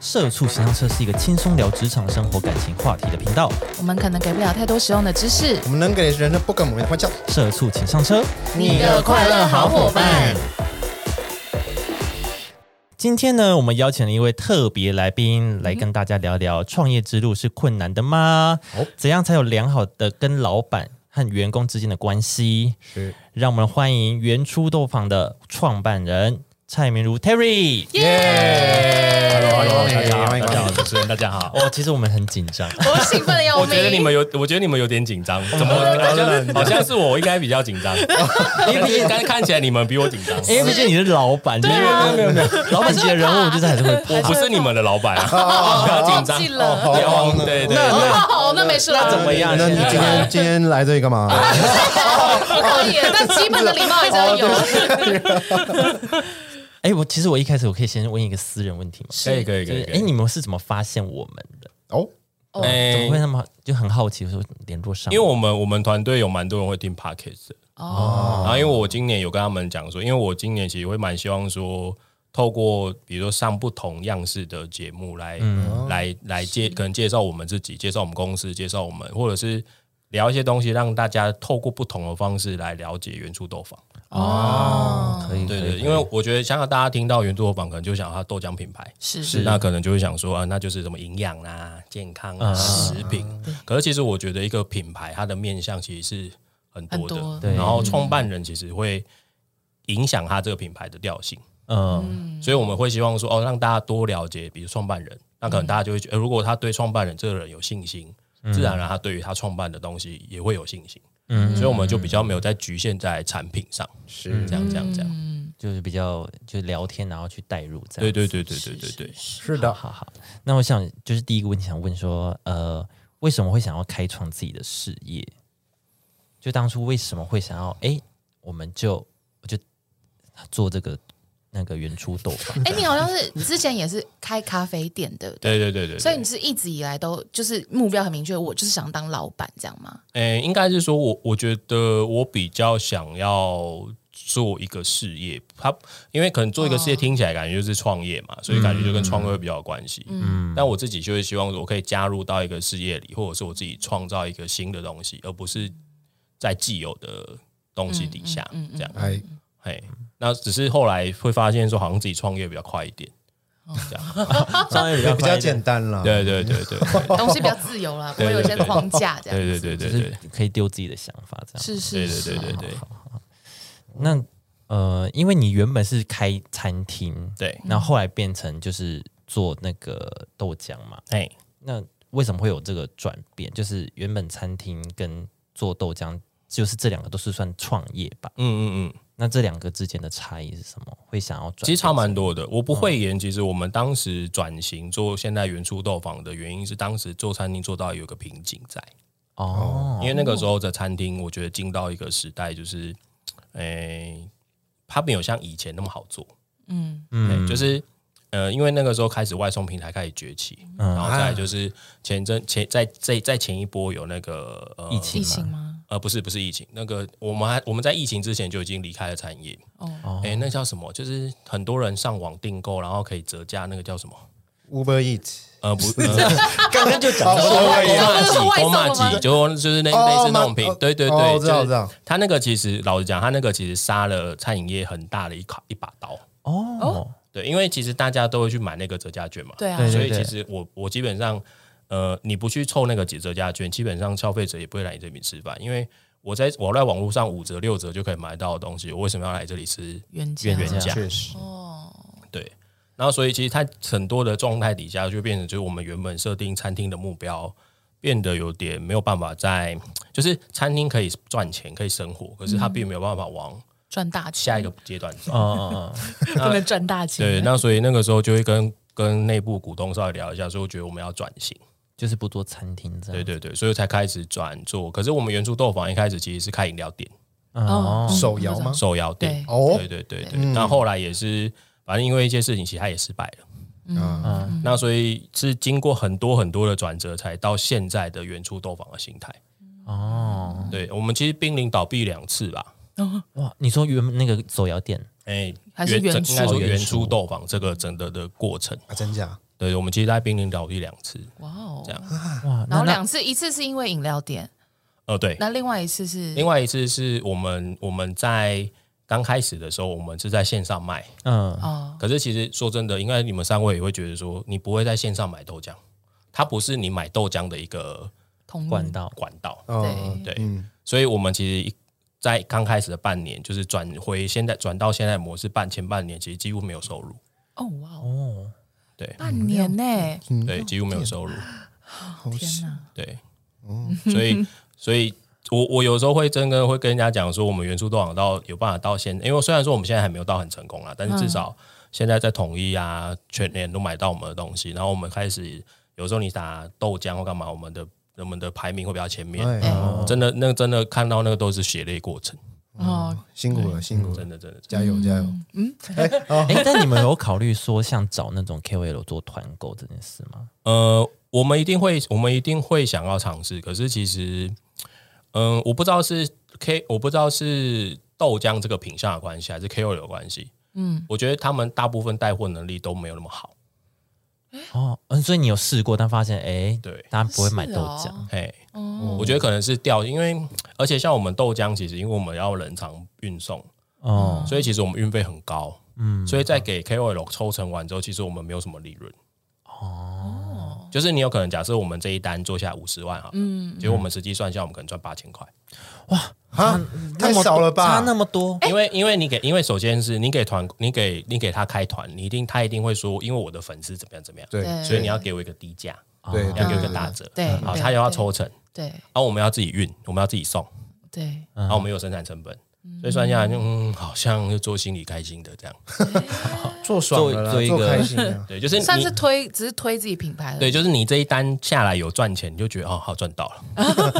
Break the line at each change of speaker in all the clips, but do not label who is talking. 社畜情商车是一个轻松聊职场、生活、感情话题的频道。
我们可能给不了太多实用的知识。
我们能给人的不跟我们的欢笑。
社畜请上车。
你的快乐好伙伴。
今天呢，我们邀请了一位特别来宾来跟大家聊聊创业之路是困难的吗？
哦
怎样才有良好的跟老板和员工之间的关系？
是，
让我们欢迎原初豆坊的创办人蔡明如 Terry。
耶
Hello，Hello，大家
欢
好，
迎
大家好，主持人大家好。
哦，其实我们很紧张，
我兴奋的要
我
命。
觉得你们有，我觉得你们有点紧张，怎么？哦好像好像是我应该比较 紧张，因为但看起来你们比我紧张。
因为毕竟你是老板，对
啊
没有没有，老板级的人物就是还是会
我不是你们的老板啊， 不要紧
忘
张
记。了。
好
要对对，对
哦，那没事了，
那怎么样
那你今天今天来这里干嘛？
哦可 以，但基本的礼貌也是要有。
哦
哎，我其实我一开始我可以先问一个私人问题吗？
可以可以可
就是
以。
哎，你们是怎么发现我们的？
哦，
哦
哎
怎么会那么就很好奇说联络上？
因为我们我们团队有蛮多人会听 podcast 的，
哦，
然后因为我今年有跟他们讲说，因为我今年其实会蛮希望说，透过比如说上不同样式的节目来、来来介，可能介绍我们自己，介绍我们公司，介绍我们，或者是聊一些东西，让大家透过不同的方式来了解原初豆坊。
哦，可以
对
可以
对，
可以
因为我觉得想想大家听到原初豆坊，可能就想到它豆浆品牌。
是
是，那可能就会想说啊，那就是什么营养啊、健康啊、食品。可是其实我觉得一个品牌它的面向其实是很多的，
很多嗯
对
然后创办人其实会影响他这个品牌的调性，
嗯，
所以我们会希望说哦，让大家多了解，比如创办人，那
嗯
可能大家就会觉得，呃如果他对创办人这个人有信心，自然而然他对于他创办的东西也会有信心。嗯，所以我们就比较没有在局限在产品上，
是
这样这样这
嗯
样。
就是比较就是聊天，然后去带入这
对
样。
对对对对对对，
是的，
好好，那我想就是第一个问题想问说，呃，为什么会想要开创自己的事业？就当初为什么会想要哎，我们就我就做这个那个原初豆坊？
哎，你好像是之前也是开咖啡店的，
对对对对。
所以你是一直以来都就是目标很明确，我就是想当老板这样吗？
诶、应该是说我，我觉得我比较想要做一个事业，它因为可能做一个事业听起来感觉就是创业嘛，所以感觉就跟创业会比较有关系。嗯，但我自己就会希望我可以加入到一个事业里，或者是我自己创造一个新的东西，而不是在既有的东西底下、这样。
哎，
嘿，那只是后来会发现说，好像自己创业比较快一点。这样，
稍微比
比较
快一点
简，单啦。
对对对对对
东西比较自由 啦，不会有一些框架这样。
哦对对对对
就
对
是可以丢自己的想法这样。
是
对
是
对
是，
对对对
那呃，因为你原本是开餐厅，
对，
嗯
那后来变成就是做那个豆浆嘛，
哎。
那为什么会有这个转变？就是原本餐厅跟做豆浆，就是这两个都是算创业吧？
嗯嗯嗯，
那这两个之间的差异是什么？会想要转？
其实差蛮多的。我不会言，其实我们当时转型做现代原初豆坊的原因是，当时做餐厅做到有个瓶颈在，
哦，
因为那个时候的餐厅，我觉得进到一个时代，就是，诶、它没有像以前那么好做，
嗯，
嗯，就是。呃，因为那个时候开始外送平台开始崛起，然后再来就是前阵前在在在前一波有那个呃
疫情
疫情吗？
呃不是不是疫情，那个我们还我们在疫情之前就已经离开了餐饮，
哦，
哎、那叫什么？就是很多人上网订购，然后可以折价，那个叫什么？
Uber Eat，
呃，不，呃
刚刚就讲了
国
这
骂
是
鸡，
外送
国骂
的吗
鸡，就就是那
哦
类似那种
哦
品
哦，
对对
哦
对，
我知道
就是
我知道
他那个其实老实讲，他那个其实杀了餐饮业很大的一卡一把刀。
哦，
对，因为其实大家都会去买那个折价券嘛，
对啊，
对
所以其实我我基本上，呃，你不去凑那个折价券，基本上消费者也不会来你这边吃饭，因为我在我在网络上五折六折就可以买到的东西，我为什么要来这里吃
原价
原
原
价
价？
确实，
对，然后所以其实它很多的状态底下，就变成就是我们原本设定餐厅的目标，变得有点没有办法在，就是餐厅可以赚钱，可以生活，可是它并没有办法往
赚大钱，
下一个阶段走。
嗯嗯嗯，
不能赚大
对，
钱。
那所以那个时候就会跟跟内部股东稍微聊一下，所以我觉得我们要转型。
就是不做餐厅这
对
样。
对对，所以才开始转做。可是我们原初豆坊一开始其实是开饮料店、
哦嗯
手摇吗？
手摇店
对。
哦
对，对对对，那后来也是，反正因为一些事情，其实它也失败了。
嗯，
那所以是经过很多很多的转折，才到现在的原初豆坊的形态。
哦，
对我们其实濒临倒闭两次吧，
哇，你说原本那个手摇店，
哎、哎，
还是
原
原
应该说
初
原初斗房这个整个的过程，
啊，真假？
对我们其实大概濒临倒地两次，
哇
这样
哦！
哇，
然
那
后
那
两次，一次是因为饮料店，
呃，对，
那另外一次是
另外一次是我们我们在刚开始的时候，我们是在线上卖，
嗯，
哦，
可是其实说真的，应该你们三位也会觉得说，你不会在线上买豆浆，它不是你买豆浆的一个
同路
管道
啊管道，
哦，
对
对，
嗯，
所以我们其实一在刚开始的半年，就是转回现在转到现在的模式半前半年，其实几乎没有收入，
哦哇哦，
哦，
对
半年呢，
嗯
对，几乎没有收入，
哦好
天哪！
对，
哦
所以所以。我我有时候会真的会跟人家讲说，我们原初多少到有办法到现，因为虽然说我们现在还没有到很成功啊啦，但是至少现在在统一啊、全年都买到我们的东西，然后我们开始有时候你打豆浆或干嘛，我们的我们的排名会比较前面，
哎，
哎
真的那个真的看到那个都是血泪过程，
哦，
辛苦了，辛苦了，
真的真的真的
加
嗯
油加哦油！
哎，但你们有考虑说像找那种 KOL 做团购这件事吗？
呃，我们一定会，我们一定会想要尝试。可是其实，嗯、我不知道是 K，我不知道是豆浆这个品相的关系，还是 KOL 有关系。嗯，我觉得他们大部分带货能力都没有那么好。
哦，嗯，所以你有试过，但发现哎，
对
大家不会买豆
是
浆
哦，
嘿，我觉得可能是掉，因为而且像我们豆浆，其实因为我们要冷藏运送，
哦，
所以其实我们运费很高。嗯，所以在给 KOL 抽成完之后，其实我们没有什么利润。哦，就是你有可能假设我们这一单做下五十万啊，嗯，结果我们实际算下，我们可能赚八千块。
啊，
嗯
太
么
少了吧
差？那么多，
因为因为你给，因为首先是你给团，你给你给他开团，你一定他一定会说，因为我的粉丝怎么样怎么样，
对嗯
对
所以你要给我一个低价，
对
哦
你要给我一个打折，
对
好，
对
他又要抽成，
对
然后我们要自己运，我们要自己送，
对，
然后我们有生产成本，所以算下来就嗯，好像就做心里开心的这样，！
做爽了啦，
做
做
一个
开心啊
对，就是
算
你
是推，只是推自己品牌而已，
对，就是你这一单下来有赚钱，你就觉得哦，好赚到了，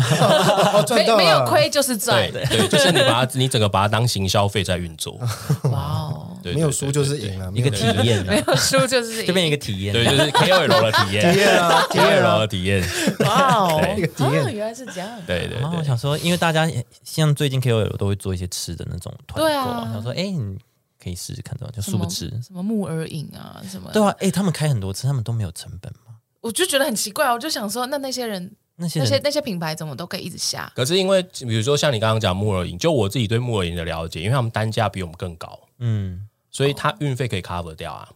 哦，赚
没
到了，
没有亏就是赚
对，对，就是你把它你整个把它当行消费在运作，
哇哦，
对，
啊没有
对
输就是，赢了，
一个体验 啊，
没有输就是赢
这边一个体验，
对对，对就是 KOL 的体
体
验
验啊，体验
，KOL
啊哦
的，体验，
哇哦，
对
一个体验
啊，原来是这样，
对对
哦然后我
对。
想说，因为大家也像最近 KOL 都会做一些吃的那种团
对
购、
啊
想说哎、你可以试试看这种，就
什
殊
么
不知，
什么木耳饮啊，什么，
对啊，哎、他们开很多次，他们都没有成本嘛？
我就觉得很奇怪，我就想说，那那些人，
那些
那
人
些那些品牌怎么都可以一直下？
可是因为比如说像你刚刚讲木耳饮，就我自己对木耳饮的了解，因为他们单价比我们更高，
嗯，
所以它运费可以 cover 掉啊。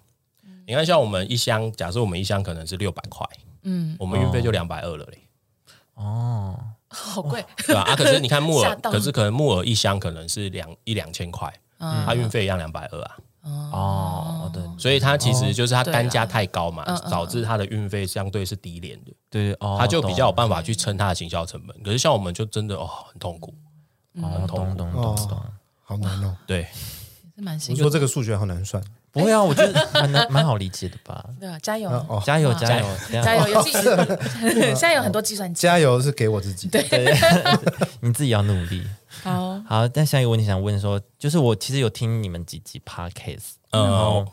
嗯
你看，像我们一箱，假设我们一箱可能是六百块，
嗯，
我们运费就两百二了嘞，
哦，
好贵，
对吧、啊？可是你看木
吓
耳，
到
可是可能木耳一箱可能是两一两千块，
嗯
它运费一样两百二啊，
哦，对
所以它其实就是它
对
单价
啦
太高嘛
嗯嗯，嗯
导致它的运费相对是低廉的，
对，哦，
它就比较有
懂
办法去撑它的行销成本。可是像我们就真的哦，很痛苦，
哦，懂懂懂
哦
懂。
好难哦。
对，
是蛮辛
你
苦
说这个数学好难算
不会啊，我觉得蛮难蛮好理解的吧。
的，对啊加油
啊！哦，
加油
啊
加油这样
加油！尤其 现在有很多计算机，
加油是给我自己，对，
你自己要努力。
好，
好，但下一个问题想问说，就是我其实有听你们几集 podcast，然后
呃，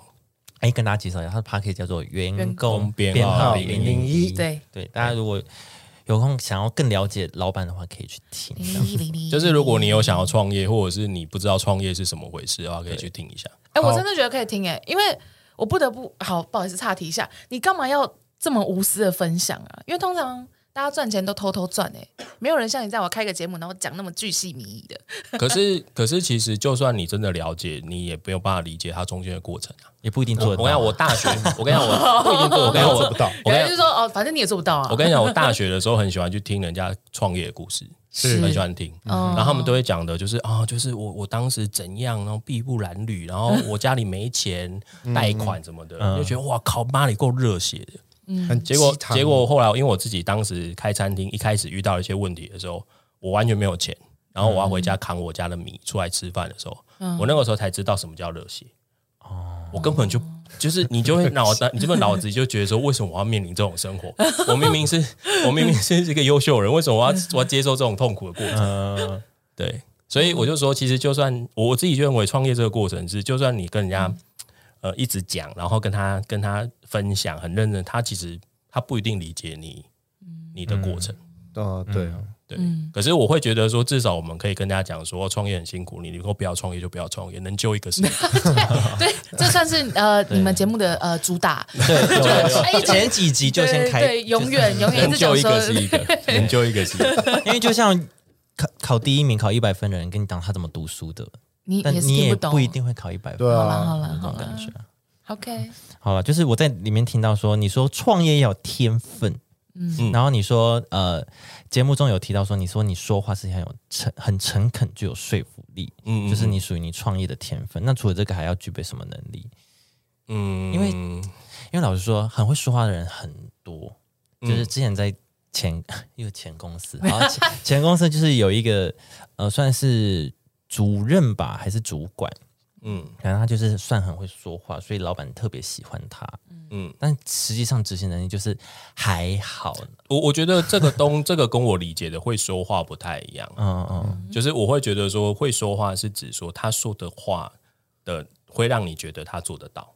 哎、跟大家介绍一下，它的 podcast 叫做员工
员
工编
编
号
号
001
零一，
对，
对，大家如果有空想要更了解老板的话，可以去听。
零零一零零，
就是如果你有想要创业，或者是你不知道创业是什么回事的话，可以去听一下。
哎、我真的觉得可以听哎、因为我不得不好不好意思岔题一下，你干嘛要这么无私的分享啊？因为通常大家赚钱都偷偷赚哎、没有人像你这样我开个节目，然后讲那么巨细靡遗的。
可是， 可是其实就算你真的了解，你也没有办法理解它中间的过程啊。
也不一定做
我
得
跟你
到。
讲，我大学，我跟你讲，我不一定做，我跟你讲，我
不到，
我
有
跟
人
你
就
讲，
说哦，反正你也做不到啊。
我跟你讲，我大学的时候很喜欢去听人家创业的故事，
是嗯
很喜欢听。然后他们都会讲的，就是啊，就是我我当时怎样，然后哦筚路蓝缕，然后我家里没钱，
嗯
贷款什么的，就觉得哇靠，妈你够热血的。
很
结果
鸡汤哦
结果后来，因为我自己当时开餐厅，一开始遇到一些问题的时候，我完全没有钱，然后我要回家扛我家的米出来吃饭的时候，
嗯
我那个时候才知道什么叫热血。
哦
我根本就就是你就会脑袋，你这本脑子就觉得说，为什么我要面临这种 生活？我明明是我明明是一个优秀人，为什么我要我要接受这种痛苦的过程？
嗯
呃，
对，所以我就说，其实就算我我自己认为创业这个过程是，就算你跟人
嗯
家呃一直讲，然后跟他跟他分享，
嗯
很认真，他其实他不一定理解你你的过程。
哦，对哦，
对，可是我会觉得说，至少我们可以跟大家讲说，创业很辛苦，你能够不要创业就不要创业，能救一个是一 个。
对，这算是 呃你们节目的呃主打，哎
对，
一直
前几集就先
对
开，
对，
就是
永远永远
能
一直
救
讲
一
说
个是一个，能救一个是一 个。
因为就像考考第一名、考一百分的人，跟你讲他怎么读书的，
你
但
也是
你
听
也
懂，
不一定会考一百分。
对
好啦
啊，
好啦
嗯
那
好
种
啦
感觉。
，OK，
好了，就是我在里面听到说，你说创业要有天分，嗯，然后你说呃，节目中有提到说，你说你说话是很有诚、很诚恳，具有说服力，
嗯嗯
嗯，就是你属于你创业的天分。那除了这个，还要具备什么能力？
嗯，
因为因为老实说，很会说话的人很多，就是之前在前 又前公司，然后前前公司就是有一个呃，算是主任吧，还是主管，
嗯
然后他就是算很会说话，所以老板特别喜欢他，
嗯，
但实际上执行能力就是还好，
我我觉得这个东这个跟我理解的会说话不太一样，
嗯嗯，
就是我会觉得说会说话是指说他说的话的会让你觉得他做得到，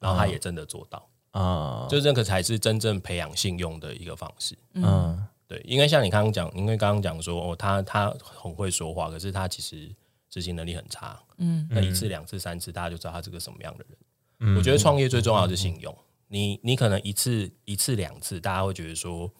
然后他也真的做到，
啊、
就这个才是真正培养信用的一个方式。
嗯
对，因为像你刚刚讲，因为刚刚讲说哦，他他很会说话，可是他其实执行能力很差。嗯，那一次、两次、三次，大家就知道他是个什么样的人。我觉得创业最重要的是信用。你你可能一次一次两次，大家会觉得说，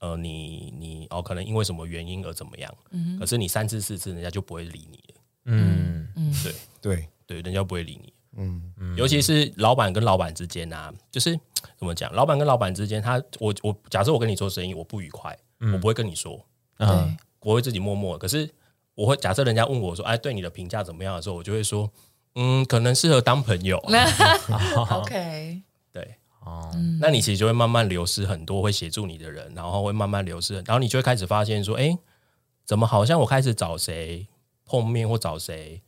呃，你你哦，可能因为什么原因而怎么样？可是你三次四次，人家就不会理你了。
嗯
对
对，
对，人家不会理你。
嗯，
尤其是老板跟老板之间啊，就是怎么讲，老板跟老板之间，他我我假设我跟你做生意，我不愉快，我不会跟你说。
嗯，
我会自己默默。可是我会假设人家问我说：“哎，对你的评价怎么样？”的时候，我就会说：“嗯，可能适合当朋友。
，OK，”
对，
哦，
那你其实就会慢慢流失很多会协助你的人，然后会慢慢流失，然后你就会开始发现说：“哎，怎么好像我开始找谁碰面或找谁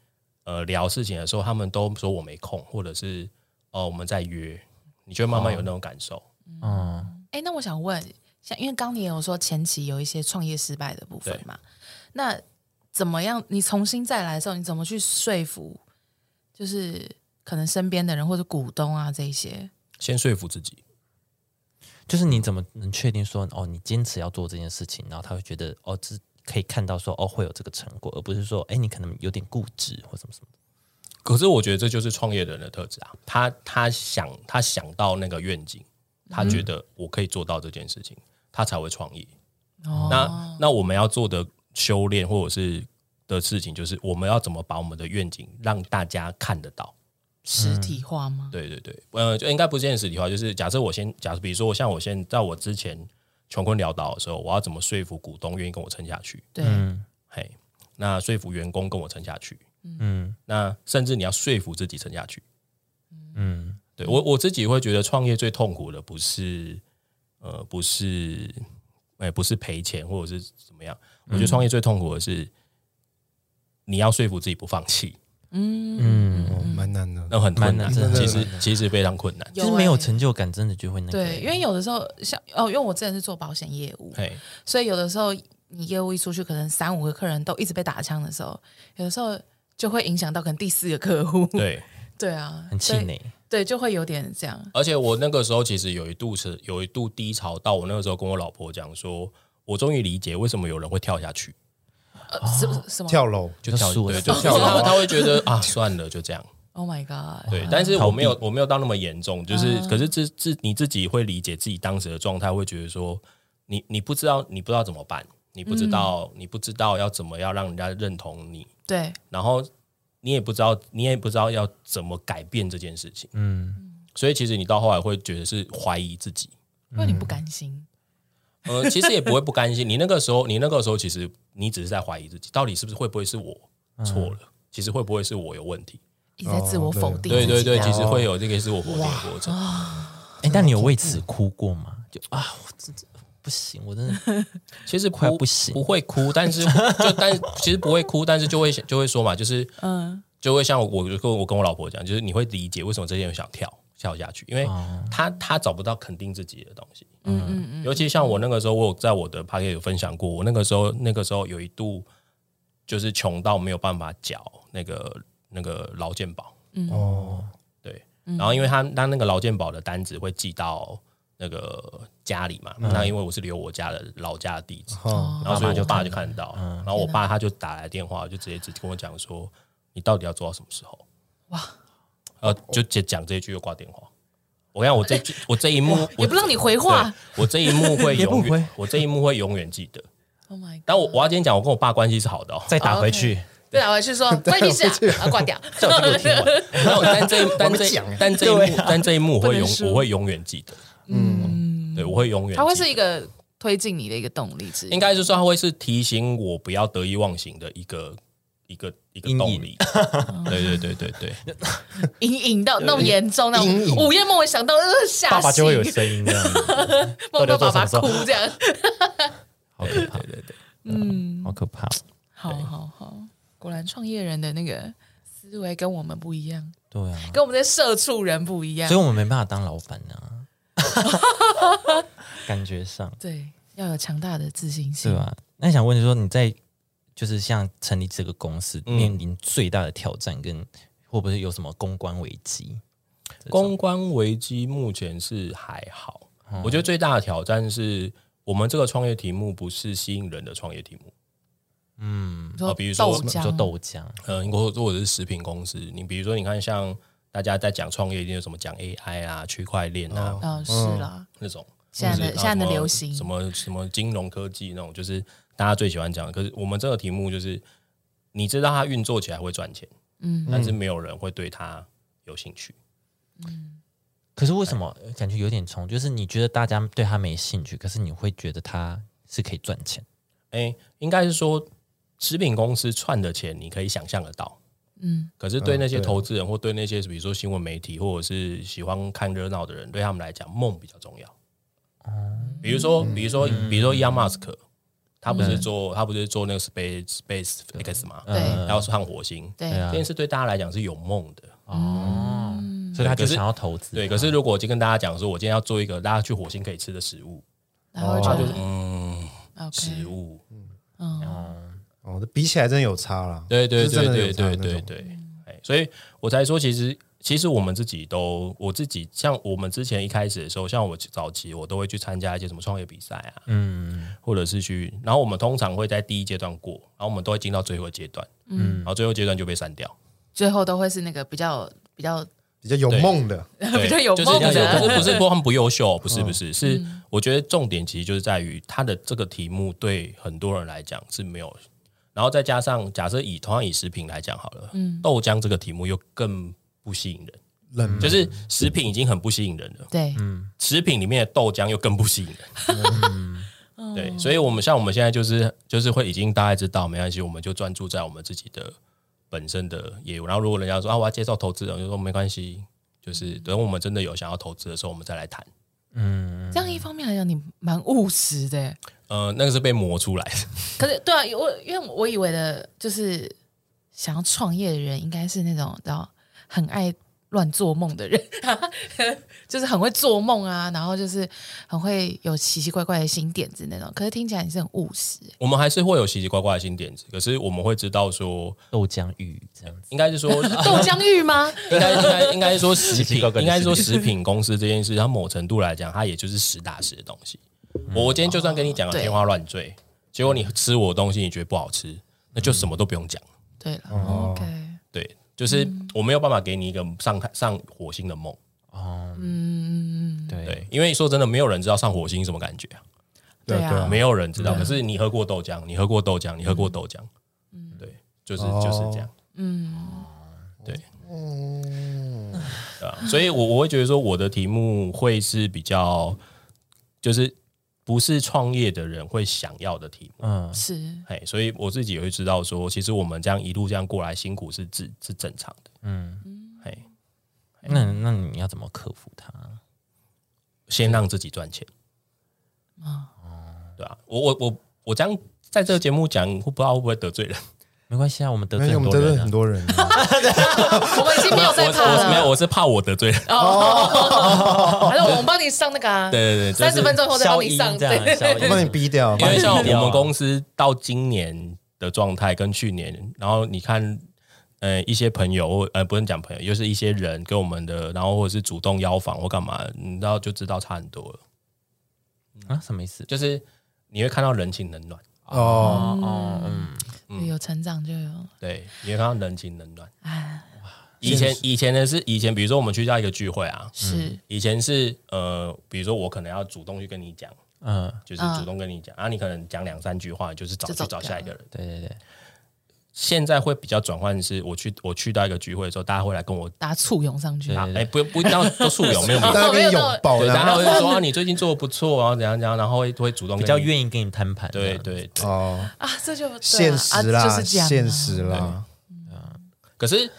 呃聊事情的时候，他们都说我没空，或者是哦我们在约。”你就会慢慢有那种感受。
嗯，
哎，那我想问，像因为刚你也有说前期有一些创业失败的部分
对
嘛，那怎么样？你重新再来的时候，你怎么去说服？就是可能身边的人或者股东啊这一些，
先说服自己，
就是你怎么能确定说哦，你坚持要做这件事情，然后他会觉得哦，这可以看到说哦会有这个成果，而不是说哎你可能有点固执或什么什么的，
可是我觉得这就是创业人的特质啊，他他想他想到那个愿景，他觉得我可以做到这件事情，他才会创业。
哦
那那我们要做的修炼或者是的事情，就是我们要怎么把我们的愿景让大家看得到。
嗯
实体化吗？
对对对，呃，就应该不是现实体化，就是假设我先，假设比如说，像我现在我之前穷困潦倒的时候，我要怎么说服股东愿意跟我撑下去？
对，
嘿，那说服员工跟我撑下去，
嗯
那甚至你要说服自己撑下去。
嗯
对我我自己会觉得创业最痛苦的不是呃不是哎、不是赔钱或者是怎么样，我
嗯
觉得创业最痛苦的是你要说服自己不放弃，
嗯，
哦，蛮难的。
那很困难，
蛮难真的
其实其实非常困难。
就是没有成就感，真的就会那个，
欸对，因为有的时候像哦，因为我之前是做保险业务，
哎，
所以有的时候你业务一出去，可能三五个客人都一直被打枪的时候，有的时候就会影响到可能第四个客户。
对，
对啊，
很气
所以，
馁，
对，就会有点这样。
而且我那个时候其实有一度是有一度低潮，到我那个时候跟我老婆讲说，我终于理解为什么有人会跳下去，
呃，什
哦
么什么
跳楼，
就跳
就输了
对，就
跳
跳了，因为他会觉得啊，算了，就 这样。
？Oh my god！
对，但是我没有我没有到那么严重，就是、可是自自你自己会理解自己当时的状态，会觉得说你你不知道你不知道怎么办，你不知道、你不知道要怎么样让人家认同你，
对，
然后你也不知道你也不知道要怎么改变这件事情，
嗯
所以其实你到后来会觉得是怀疑自己，
因为你
嗯
不甘心，
呃，其实也不会不甘心，你 那个时候你那个时候其实你只是在怀疑自己，到底是不是会不会是我
嗯
错了，其实会不会是我有问题，
一直在自我否定自己
哦对
这
对
样。
对，其实会有这个是我否定的过程。
哎，但你有为此哭过吗？就啊，我真的不行，我真的
其实
快
哭
不行
不会哭，但是就但其实不会哭，但是就会就会说嘛，就是嗯，就会像我我就跟我跟我老婆讲，就是你会理解为什么这些人想跳跳下去，因为
哦
他他找不到肯定自己的东西。嗯嗯嗯，尤其像我那个时候，我有在我的 p a c k e 有分享过，我那个时候那个时候有一度就是穷到没有办法缴那个那个劳健保，
哦，
嗯对，然后因为他他那个劳健保的单子会寄到。那个家里嘛，那因为我是留我家的老家的地址，
哦，
然后所以我爸就看到，然后我爸他就打来电话，就直接只跟我讲说，你到底要做到什么时候？哇！呃，就直接讲这一句就挂电话。我讲我这句，我这一幕
也不让你回话，
我对我这一幕会
也不
永
回
远，我这一幕会永远记得。
Oh my god！
但我我要今天讲，我跟我爸关系是好的、哦，
再打回去，
对啊，我去 说关你屁事啊，然后挂掉。
这我就有听 完。然后但这一
我
但这
没讲欸
但这一幕但这一幕我
不
会
能
永
输
我会永远记得，嗯，对，我会永远记 得。
它会是一个推进你的一个动力之一
应。该是说它会是提醒我不要得意忘形的一个一个一个
阴影
动力。对对对对对，
隐隐到那么严重，那
阴
种
影
午夜梦回想到呃吓醒，
爸爸就会有声音这样子，
梦到爸爸
到底要做什么
哭这样。
好可怕，对对对，嗯，好可怕。
好好好，果然创业人的那个思维跟我们不一样，
对啊，
跟我们这些社畜人不一样
所以。我们没办法当老板啊，感觉上
对，要有强大的自信
对啊
心。
吧？那想问你说，你在就是像成立这个公司，面临最大的挑战跟会不会有什么公关危机？
公关危机目前是还好，
嗯
我觉得最大的挑战是我们这个创业题目不是吸引人的创业题目。
嗯
你
啊
说
比如说
豆
你说
浆，
豆浆，
呃，如果如果是食品公司，你比如说你看像大家在讲创业，一定有什么讲 AI 啊、区块链
哦
啊、
嗯，是啦，
那种。
现在的
或者是
现在的
什么
流行
什么什么金融科技那种，就是大家最喜欢讲的。可是我们这个题目就是，你知道它运作起来会赚钱，
嗯，
但是没有人会对它有兴趣。
可是为什么感觉有点冲？就是你觉得大家对他没兴趣，可是你会觉得他是可以赚钱，
哎、应该是说食品公司赚的钱你可以想象得到，
嗯，
可是对那些
嗯对
投资人或对那些比如说新闻媒体或者是喜欢看热闹的人，对他们来讲梦比较重要。
啊
比如说，
嗯
比如说，比如说，Elon Musk，他不是做他不是做那个 Space Space X 嘛，
对
然后上火星，
对
对啊
这件事对大家来讲是有梦的。
哦，所以他就
可是
想要投资。
嗯对，可是如果我今天跟大家讲说，我今天要做一个大家去火星可以吃的食物，
然后就
嗯，食
OK，嗯
物，
嗯哦，这比起来真的有差啦。
对对
是真
对
的有
对
差
对
那
对
种
对，哎，所以我才说，其实其实我们自己都，我自己像我们之前一开始的时候，像我早期我都会去参加一些什么创业比赛啊，
嗯，
或者是去，然后我们通常会在第一阶段过，然后我们都会进到最后阶段，嗯，然后最后阶段就被删掉，
最后都会是那个比较比较
比较有梦的，
对
比较有梦
就是
的嗯
不是不是说他们不优秀，不
嗯
是不是，是我觉得重点其实就是在于他的这个题目对很多人来讲是没有，然后再加上假设以同样以食品来讲好了，
嗯
豆浆这个题目又更不吸引人，
冷门
就是食品已经很不吸引人了，
对，
食品里面的豆浆又更不吸引人。对，所以，我们像我们现在就是就是会已经大概知道，没关系，我们就专注在我们自己的本身的业务。然后，如果人家说啊，我要介绍投资人，我就说没关系，就是等我们真的有想要投资的时候，我们再来谈。
这样一方面来讲，你蛮务实的欸。
呃，那个是被磨出来的，
可是对啊，我因为我以为的就是想要创业的人，应该是那种你知道很爱乱做梦的人， 就是很会做梦啊，然后就是很会有奇奇怪怪的新点子那种。可是听起来你是很务 实欸，
我们还是会有奇奇怪怪的新点子，可是我们会知道说，
豆浆鱼这样子，
应该是说，
豆浆浴吗？
应该应该应该说食
奇
品
怪怪，的
应该说食品公司这件事，它某程度来讲，它也就是实打实的东西。我我今天就算跟你讲个
对
天花乱坠，结果你吃我的东西，你觉得不好吃，那就什么都不用讲。
对了、o k
对，就是我没有办法给你一个上太上火星的梦。
嗯
对，
对，因为说真的，没有人知道上火星是什么感觉啊，
对
对啊
对啊，
没有人知道。可是你喝过豆浆，你喝过豆浆，你喝过豆浆，对，就是就是这样。
嗯
对啊，所以我我会觉得说，我的题目会是比较，就是不是创业的人会想要的题目。
嗯，
是
哎，所以我自己也会知道说，其实我们这样一路这样过来，辛苦是自是正常的。嗯，哎，
那那你要怎么克服它？
先让自己赚钱。
嗯哦
对啊，我我我我这样在这个节目讲，会不知道会不会得罪人？
没关系啊，我们得
因
罪
为我
很
们
多
得罪
人啊
很，多人啊，
我们已经没有
我
在
我
怕了，
是没有，我是怕我得罪人。
哦，反正我们帮你上那个、啊，
对对对，就
三
是
十分钟后再帮
消
你
音
上，
这样，
对，
消
我帮你
音，
逼掉，
因为像
低调啊
我们公司到今年的状态跟去年，然后你看，呃，一些朋友或呃不能讲朋友，就是一些人跟我们的，然后或者是主动邀访或干嘛，你知道就知道差很多了。
啊，什么意思？
就是你会看到人情冷暖，
哦，
哦哦，嗯，
有成长就有，
对，你会看到人情冷暖。
哎，
以前以前的是以前，比如说我们去到一个聚会啊，
是
以前是呃，比如说我可能要主动去跟你讲，
嗯，
就是主动跟你讲，啊，你可能讲两三句话，就是找
就
去
走
找下一个人。
对对对，
现在会比较转换是，我去我去到一个聚会的时候，大家会来跟我
大家簇拥上去
对，
打，哎，不不一定要都素友， 没有没有
大，家给你拥抱
对，
这
然
样，
后会说啊你最近做的不错，然后怎样怎样，然后会会主动
比较
愿，
愿意啊跟你摊牌，
对，对对。
哦，
啊，这就对啊
现
啊
实啦，
就是这样啊，
现实啦，
可是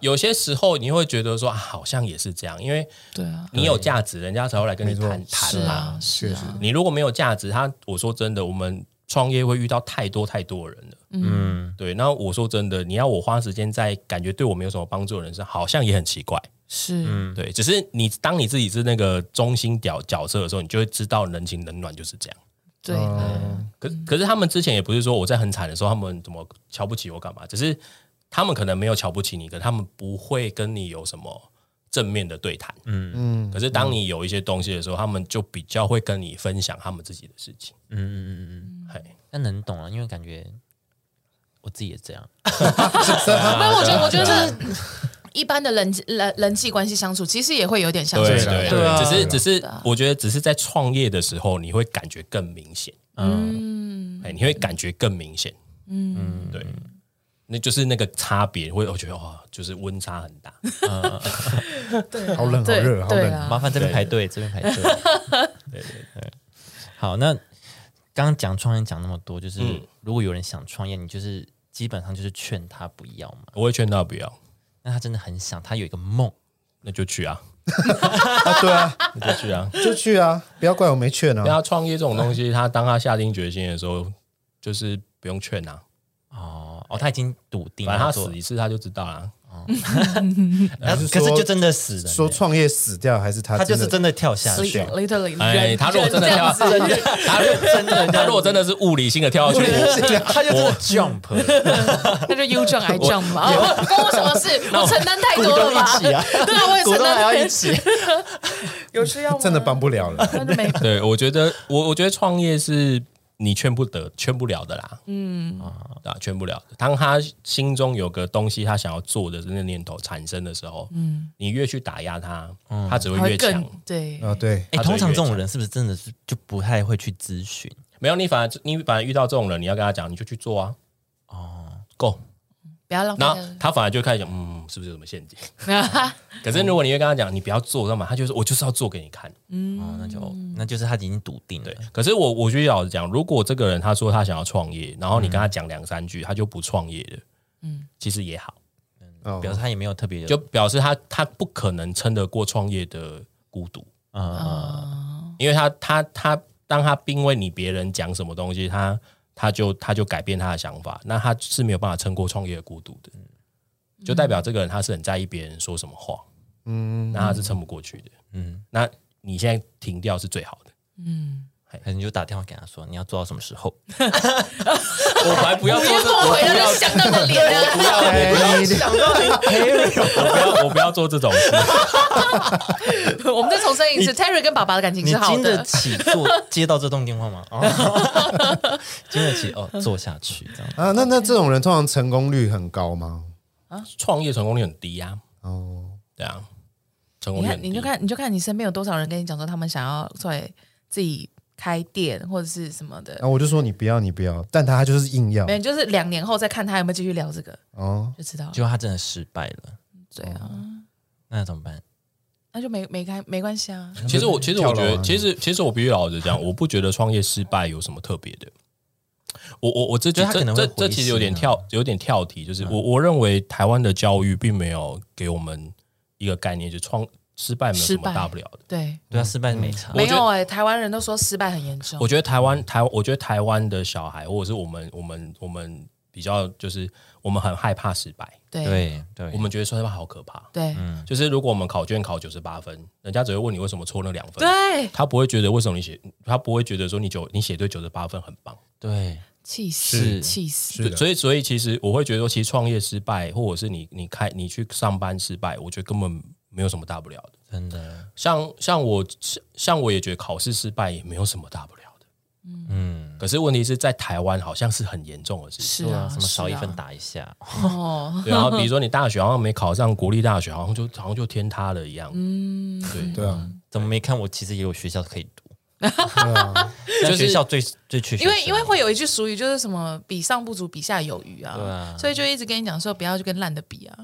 有些时候你会觉得说，啊好像也是这样，因为
对啊，
你有价值，人家才会来跟你
没错
谈谈
是
嘛
啊。，是
确
啊，
你如果没有价值，他我说真的，我们创业会遇到太多太多人了。
嗯，
对，那我说真的，你要我花时间在感觉对我没有什么帮助的人身上，好像也很奇怪。
是
对，只是你当你自己是那个中心角角色的时候，你就会知道人情冷暖就是这样。
对啦，
可
嗯
可是他们之前也不是说我在很惨的时候，他们怎么瞧不起我干嘛？只是他们可能没有瞧不起你，可他们不会跟你有什么正面的对谈。
嗯，
可是当你有一些东西的时候，他们就比较会跟你分享他们自己的事情。
嗯嗯嗯嗯嗯，
嘿，
但能懂啊，因为感觉我自己也这样，
不然我觉得，我觉得就是一般的人际人人际关系相处，其实也会有点像
对
是
对
这
对
样，
对啊
只是
对啊
只是
对啊
我觉得只是在创业的时候，你会感觉更明显。
嗯，
哎，你会感觉更明显。嗯，对，那就是那个差别，会我觉得哇，就是温差很 大。
对啊，
好冷好
对
热好
对啊
冷
啦
麻烦这边排队，这边排队，啊对对对， 好，那刚刚讲创业讲那么多，就是
嗯
如果有人想创业，你就是基本上就是劝他不要嘛，
我会劝他不要，
那他真的很想，他有一个梦，
那就去啊，
啊，对啊，
那就去啊。
就去啊，不要怪我没劝
因为
啊，
他创业这种东西，他当他下定决心的时候，就是不用劝啊，
哦哦，他已经笃定
反正
要
他
做，
死一次他就知道啊啦。
然后
你是
可是
说
就真的死了呢，
说创业死掉还是他
他就是
真的
真的跳下去，
，literally，
哎，
人
他如果真 的
人这
跳，
样子
他如果真的，他如果真的是物理性的 跳 下去，
他就真的 jump，了
那就 you jump I jump 嘛，啊关我什么事？我承担太
股
多了
东
吧？
一起啊，
对啊，我也
股
承
东还
担
要
太
一起，
有需要吗？
真的帮不了了，
那就没
对我觉得，我我觉得创业是你劝不得、劝不了的啦。嗯啊，劝不了的。当他心中有个东西，他想要做的那个念头产生的时候，嗯，你越去打压他，他只会
会
越强。
更对，
啊，对，
哎，
他
通
就
常
越
这种人是不是真的是就不太会去咨询？
没有，你反而你反而遇到这种人，你要跟他讲，你就去做啊。哦，Go。
不要浪费
然后
了。
他反而就开始讲，嗯，是不是有什么陷阱？ 可是如果你越跟他讲，你不要做，干嘛？他就说，我就是要做给你看。
嗯
哦，那就那就是他已经笃定了
对，，可是我我觉得老实讲，如果这个人他说他想要创业，然后你跟他讲两三句，他就不创业了，嗯，其实也好，
哦
表示他也没有特别
就表示他他不可能撑得过创业的孤独，
啊，
因为他他他当他因为你别人讲什么东西，他他就他就改变他的想法，那他是没有办法撑过创业的孤独的，就代表这个人他是很在意别人说什么话，
嗯，
那他是撑不过去的。
嗯，
那你现在停掉是最好的，
可能就打电话给他说你要做到什么时候？
我还不要做这，我
我回
不要
来就想到你的脸啊，
不要，我不要
哎
想到你
我不要，我不要做这种事。
我们再重申一次，Terry 跟爸爸的感情
你
是好
经得
的，
起做接到这通电话吗？ 哦，经得起哦，做下去这样。
啊，那那这种人通常成功率很高吗？
创业成功率很低呀、
哦，
对啊，成功
你
率很
看，
低。
你就看，你就看你身边有多少人跟你讲说他们想要出来自己开店或者是什么的
然，后我就说你不要，你不要，但他就是硬要
没有，就是两年后再看他有没有继续聊这个，
哦，
就知道了。
结果他真的失败了，哦
对啊，
那怎么办？
那就没没开没关系啊。
其实我其实我觉
跳
得
楼，啊
其实其实我必须老实讲，我不觉得创业失败有什么特别的。我我我这
觉
这
得他可能会
这
灰心啊
这
嗯
其实有点跳有点跳题，就是我我认为台湾的教育并没有给我们一个概念，就创失败没有什
失
么
败
大不了的。
对，
对
嗯
啊，失败没差
我。
没
觉得
有哎、台湾人都说失败很严重
我。觉得台
嗯
湾台，我觉得台湾的小孩，或者是我们我们我们比较就是我们很害怕失败，
对
对对，嗯
我们觉得失败好可怕。
对、
就是如果我们考卷考九十八分，人家只会问你为什么错那两分，
对，啊
他不会觉得为什么你写，他不会觉得说你九你写对九十八分很棒。
对
气
是
死气死！
是
对，
的，
所以所以其实我会觉得说，其实创业失败，或者是你你开你去上班失败，我觉得根本没有什么大不了的。
真的，
像像我像像我也觉得考试失败也没有什么大不了的。
嗯，
可是问题是在台湾好像是很严重的事情。
是
对啊，
啊，
什么少一
是
分
啊
打一下，
哦，
对，然后比如说你大学好像没考上国立大学，好像就好像就天塌了一样。
嗯，
对，
对啊，
怎么没看？我其实也有学校可以读，
对啊，
但 学校最最缺学生，
因为因为会有一句俗语，就是什么“比上不足，比下有余”
对
啊，
啊，
所以就一直跟你讲说，不要去跟烂的比啊。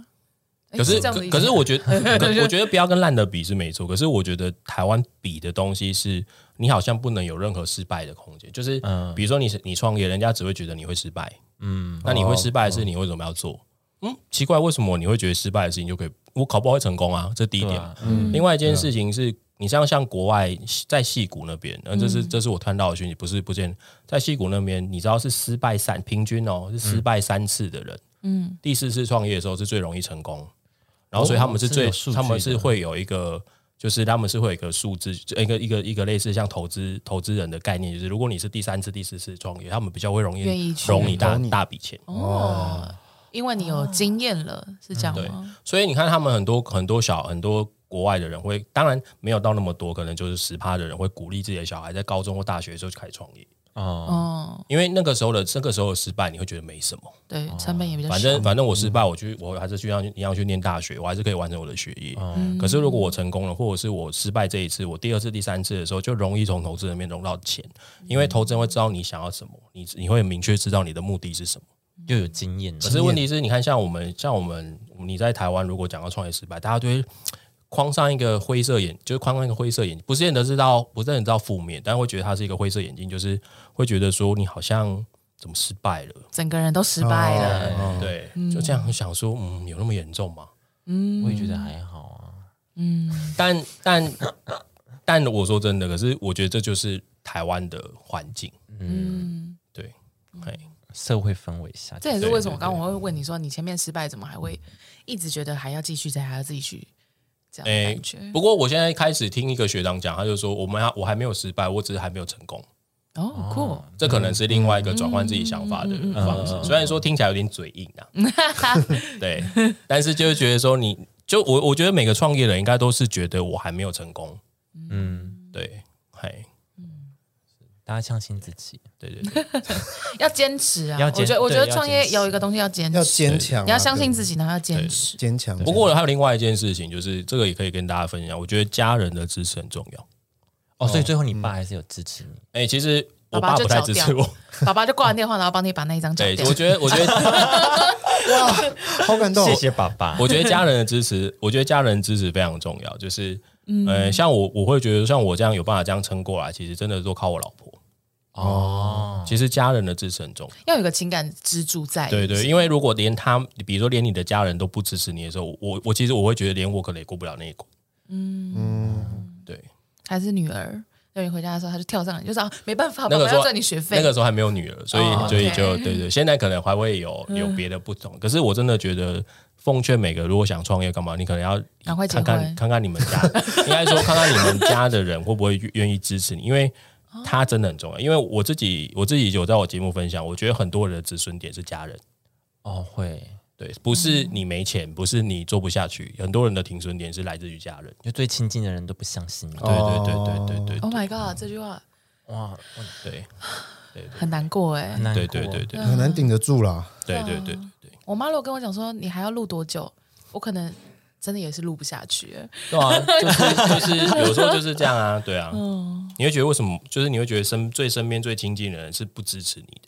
诶
可是
这样的意思
可是我觉得， 可我觉得不要跟烂的比是没错。可是我觉得台湾比的东西是，你好像不能有任何失败的空间。就是
嗯
比如说你是你创业，人家只会觉得你会失败。
嗯，
那你会失败的事，你为什么要做？嗯，奇怪，为什么你会觉得失败的事情就可以？我考不好会成功啊，这第一
对
点。
啊，
嗯
另外一件事情
嗯
是，你像像国外在戏谷那边，呃，这是这是我看到的讯息，不是不见在戏谷那边，你知道是失败三平均哦，
嗯
是失败三次的人，嗯，第四次创业的时候是最容易成功，然后所以他们是
哦是
最
有数据的
他们是会有一个。就是他们是会有一个数字，一个一个一个类似像投资投资人的概念，就是如果你是第三次、第四次创业，他们比较会容
愿
易
意去
融你大
投你
大笔钱。
哦，因为你有经验了，是这样
对
吗？
所以你看，他们很多很多小很多国外的人会，当然没有到那么多，可能就是十趴的人会鼓励自己的小孩在高中或大学的时候就开始创业，嗯
哦，
哦，
因为那个时候的那个时候的失败，你会觉得没什么，
对，成本也比较嗯
哦反
小
正。反正我失败，我去我还是去一样一样去念大学，我还是可以完成我的学业。
哦
可是如果我成功了，或者是我失败这一次，我第二次、第三次的时候，就容易从投资人面融到钱，因为投资人会知道你想要什么，你你会明确知道你的目的是什么。
又有经验了，
可是问题是，你看像我们像我们你在台湾，如果讲到创业失败，大家就会框上一个灰色眼，就是框上一个灰色眼，不是见得知道，不是很知道负面，但会觉得它是一个灰色眼镜，就是会觉得说你好像怎么失败了，
整个人都失败了，
哦
对，就这样想说，嗯，有那么严重吗？
我也觉得还好啊，
但但但我说真的，可是我觉得这就是台湾的环境，
嗯，
对，哎，
社会氛围下，
这也是为什么刚刚我会问你说，你前面失败怎么还会一直觉得还要继续再还要继续这样的
哎
感觉？
不过我现在开始听一个学长讲，他就说我们还我还没有失败，我只是还没有成功。
哦，酷，
这可能是另外一个转换自己想法
嗯
的方式。虽然说听起来有点嘴硬 啊，对，但是就是觉得说你，就我我觉得每个创业人应该都是觉得我还没有成功，
嗯，
对，嘿，
大家相信自己，
对对对，
要坚持啊！
要
我
坚
觉得我觉得
对要
创业
坚持
有一个东西要坚
要
持，
坚强啊，
你要相信
对
自己，然后要坚持。
坚强。
不过还有另外一件事情，就是这个也可以跟大家分享，我觉得家人的支持很重要。
哦，所以最后你爸还是有支持你，
哎，其实我
爸爸
爸
就
不太
找
支持
掉
我，
爸爸就挂完电话，然后帮你把那一张找
对，
掉
我。觉得我觉得
好感动哦，
谢谢爸爸，
我觉得家人的支持，我觉得家人的支持非常重要，就是。
嗯
呃，像我，我会觉得像我这样有办法这样撑过来，其实真的都靠我老婆。
哦，
其实家人的支持很重要。
要有个情感支柱在。
对对，因为如果连他，比如说连你的家人都不支持你的时候，我我其实我会觉得连我可能也过不了那一关。嗯，对，
还是女儿，要你回家的时候，他就跳上来，就说、啊、没办法，
那
爸
个
爸
时候
要赚你学费。
那个时候还没有女儿，所以、
哦嗯
所以
OK
就对对，现在可能还会有有别的不同。可是我真的觉得，奉劝每个如果想创业干嘛，你可能要
赶快结
看
婚
看看看你们家，应该说看看你们家的人会不会愿意支持你，因为。他真的很重要，因为我自己我自己有在我节目分享，我觉得很多人的止损点是家人，
哦会，
对，不是你没钱，不是你做不下去，很多人的停损点是来自于家人。
就最亲近的人都不相信你，
对对对对对对
Oh my god，这句话
哇，
对
很难过哎、
很难
对
过，
对对对对
很难顶得住啦。
对对对对，
我妈如果跟我讲说你还要录多久，我可能真的也是录不下去了。
对啊，就是就是有时候就是这样啊，对啊，你会觉得为什么？就是你会觉得身最身边最亲近的人是不支持你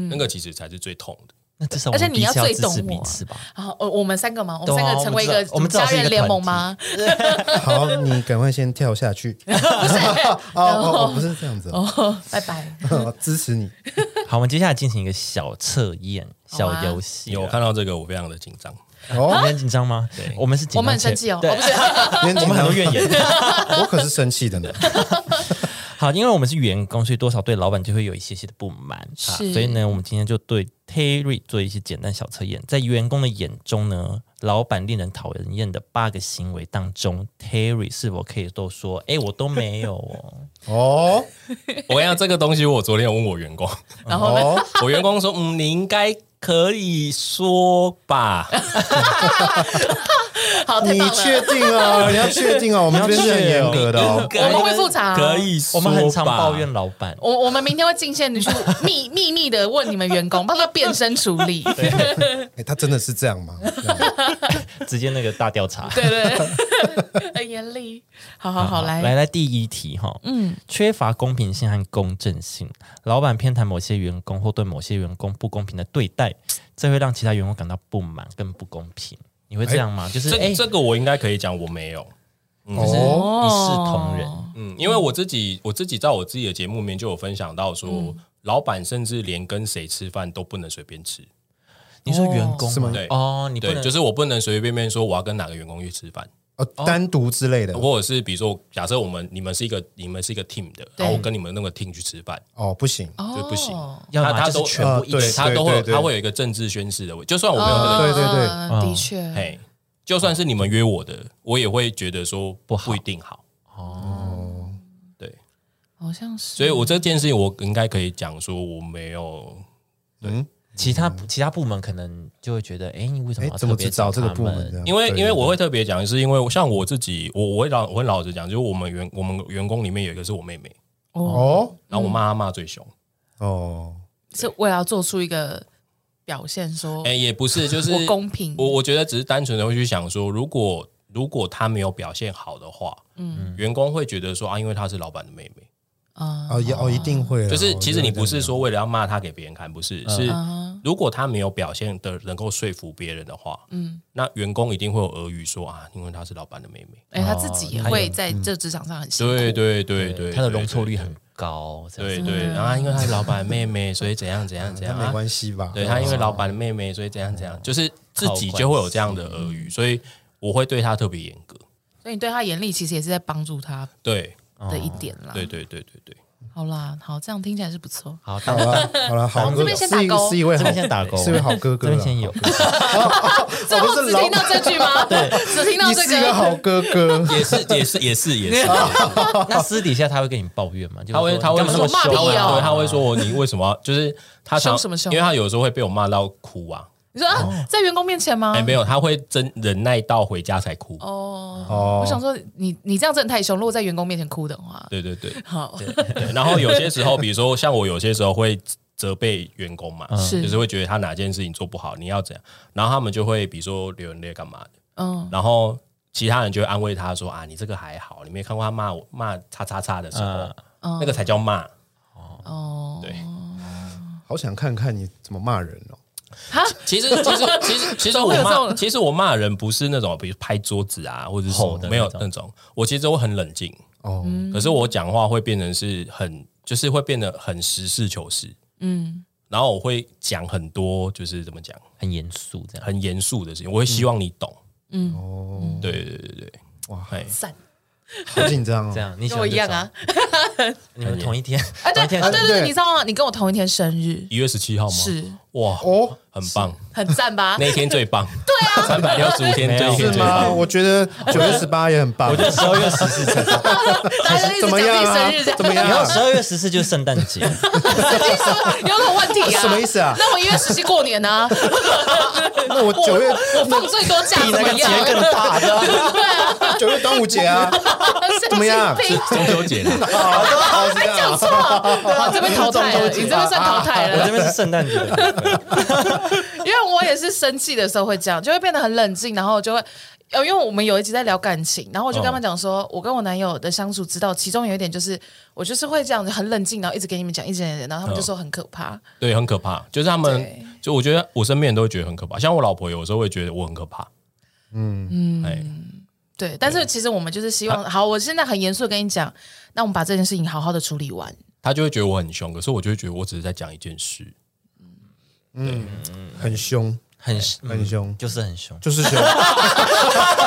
的，那个其实才是最痛的。
那至少
而且
我们
你要
彼此
最
支
懂
持彼
我
此 吧，
然啊后我我们三个嘛，我们
对啊
三个成为一个
我们知道
家人联盟吗？嗯
好，你赶快先跳 下去。不是， 哦哦，哦不是这样子哦，
哦，拜拜。
支持你。
好，我们接下来进行一个小测验、
好啊
小游戏。
有我看到这个，我非常的紧张。
我们
哦，
很紧张吗？对，我们是紧张且，
我们很生气哦，
对
哦不是，
我
我们很多怨言。
我可是生气的呢。
好，因为我们是员工，所以多少对老板就会有一些些的不满。啊
是
所以呢，我们今天就对 Terry 做一些简单小测验。在员工的眼中呢，老板令人讨人厌的八个行为当中，Terry 是否可以都说：“哎、我都没有哦。
哦
我跟你讲，这个东西我昨天有问我员工，
然后呢？
哦，
我员工说，嗯，你应该可以说吧，
好，哦太
你
棒
确
了。
定哦？你要确定哦，我们这边是很严格的 哦。
我们会复查哦
可以说
我
吧，
们很常抱怨老板，
我我们明天会进线去秘秘密的问你们员工，帮他变身处理。对
哎，他真的是这样吗？这样
直接那个大调查。
对对， 很严厉。好好好，来
来来，第一题哈，嗯，缺乏公平性和公正性，老板偏袒某些员工或对某些员工不公平的对待，这会让其他员工感到不满，更不公平。你会这样吗？就是哎，
这
一视
这个我应该可以讲，我没有。
哦，
同仁，
嗯，因为我自己我自己在我自己的节目里面就有分享到说，
嗯
老板甚至连跟谁吃饭都不能随便吃。
你说员工
是吗
对
哦，你不
对，
能
就是我不能随随便便说我要跟哪个员工去吃饭，
哦，单独之类
嗯
的
或者是比如说，假设我们你们是一个你们是一个 team 的，
对
然后我跟你们那个 team 去吃饭，
哦，不行，
就不行
哦
要
他
么
他
就
都呃
是全部一
对
起
啊
他都会有
对
他会有一个政治宣誓的位，就算我没有那个，
对对对
啊
嗯
的确，
嘿，就算是你们约我的，我也会觉得说
不好
不一定好。
哦
对，
好像是。
所以我这件事情我应该可以讲说我没有
嗯，
其他其他部门可能就会觉得，哎，你为什么
哎
要，
怎么
特别
只找这个
他
部门
们
这样？
因为
对
因为我会特别讲，是因为像我自己，我我会老我会老实讲，就是我们员我们员工里面有一个是我妹妹，
哦
然后我骂她骂最凶，
哦，
是为了要做出一个表现，说
嗯
哎、也不是，就是
我公平
我我觉得只是单纯的会去想说，如果如果她没有表现好的话，嗯，员工会觉得说啊，因为她是老板的妹妹，
啊
哦也哦一定会啦，
就是
我
其
觉
实
得
你
这
不
样嗯
是
讲
说为了要骂她给别人看，不是，是
啊
如果她没有表现的能够说服别人的话，
嗯
嗯，那员工一定会有俄语说啊，因为她是老板的妹妹，
哎，他自己也
哦他有
会在
嗯
这职场上很辛苦。
对对对对，
他的
对
容错率。
对
很高，这样
对
子
对，
嗯
然后因为她是老板的妹妹，所以怎样怎样怎样，
那没
啊
关系吧？
对
哦
她因为老板的妹妹，所以怎样怎样，就是自己就会有这样的耳语，所以我会对她特别严格。
所以你对他严厉，其实也是在帮助他
对
的一点啦。
哦对对对对对，
好啦，好，这样听起来是不错。
好，
好
当
了好 了，好
这
哥
边先
是一
打勾
是一位
这
好
边先打勾，
是一位好哥哥啊
这
啦，
边先 有，
最后只听到这句吗？对，只听到
你
这
是一个好哥 哥，
也是也是也是也是，
那私底下他会跟你抱怨吗？就
他会
是说
他
你
会
干嘛那么
说
骂
凶
他
屁
会
哦
对他会说我你为什么要就是他常
凶什么凶啊
因为他有时候会被我骂到哭啊，
你说
哦
啊，在员工面前吗
哎？没有，他会真忍耐到回家才哭。
哦，
哦
我想说你你这样真的太凶，如果在员工面前哭的话，
对对对，
好，
对 然后有些时候，比如说像我有些时候会责备员工嘛，
嗯是
就是会觉得他哪件事情做不好，你要怎样，然后他们就会比如说流眼泪干嘛的，
嗯，
然后其他人就会安慰他说啊，你这个还好，你没看过他骂我骂叉叉叉的时候，
嗯
那个才叫骂。
哦，
对，
好想看看你怎么骂人哦。
哈，
其实其实其实其实我
会有这
骂
种
其实我骂人不是那种比如拍桌子啊或者是什么
吼的
没有
那种
那种，我其实我很冷静，
哦，
可是我讲话会变成是很，就是会变得很实事求是，
嗯，
然后我会讲很多，就是怎么讲，
很严肃这样。
很严肃的事情，我会希望你懂。
哦，
对对对对对，哎
哇
哇，
散，
好紧张
这
哦。
样，你喜
跟
欢
我一样
这种
啊，，
你们同一天，
啊对
同
啊
一
对
天
啊
对
对
对，你知道吗？你跟我同一天生日，
一月十七号吗？
是
哇，
哦，
很棒，
很赞 吧？
那一天最棒。对啊，三百六十五天
没
这
有
一
是
天最
吗？
棒。
我觉得九月十八也很棒。
我觉得十二月十四才是，
大家就一直讲
怎么
自
样
己生
啊
日这？样，
怎么样
然后
啊？
十二月十四就是圣诞节，
有什么问题啊？
什么意思啊
那我一月十七过年 呢？
那我九月
我放最多假
比
怎
那
么
个节
样？
更 大，知道吗？
九月端午节啊，
怎
么样
中秋节啦，
好的，好
哎
是这样啊。
好，这边淘汰了，你这边算淘汰
我这
了，
边是圣诞节，
因为我也是生气的时候会这样，就会变得很冷静，然后就 会。呃，因为我们有一集在聊感情，然后我就跟他们讲说，我跟我男友的相处之道，其中有一点就是，我就是会这样子很冷静，然后一直给你们讲，一直讲，然后他们就说很可怕。
对，很可怕。就是他们
对，
就我觉得我身边人都会觉得很可怕，像我老婆有时候会觉得我很可怕。嗯嗯，
对，啊但是其实我们就是希望，好，我现在很严肃地跟你讲，那我们把这件事情好好的处理完。
她就会觉得我很凶，可是我就会觉得我只是在讲一件事。
很凶，
很
很凶
就是很凶。
就是凶，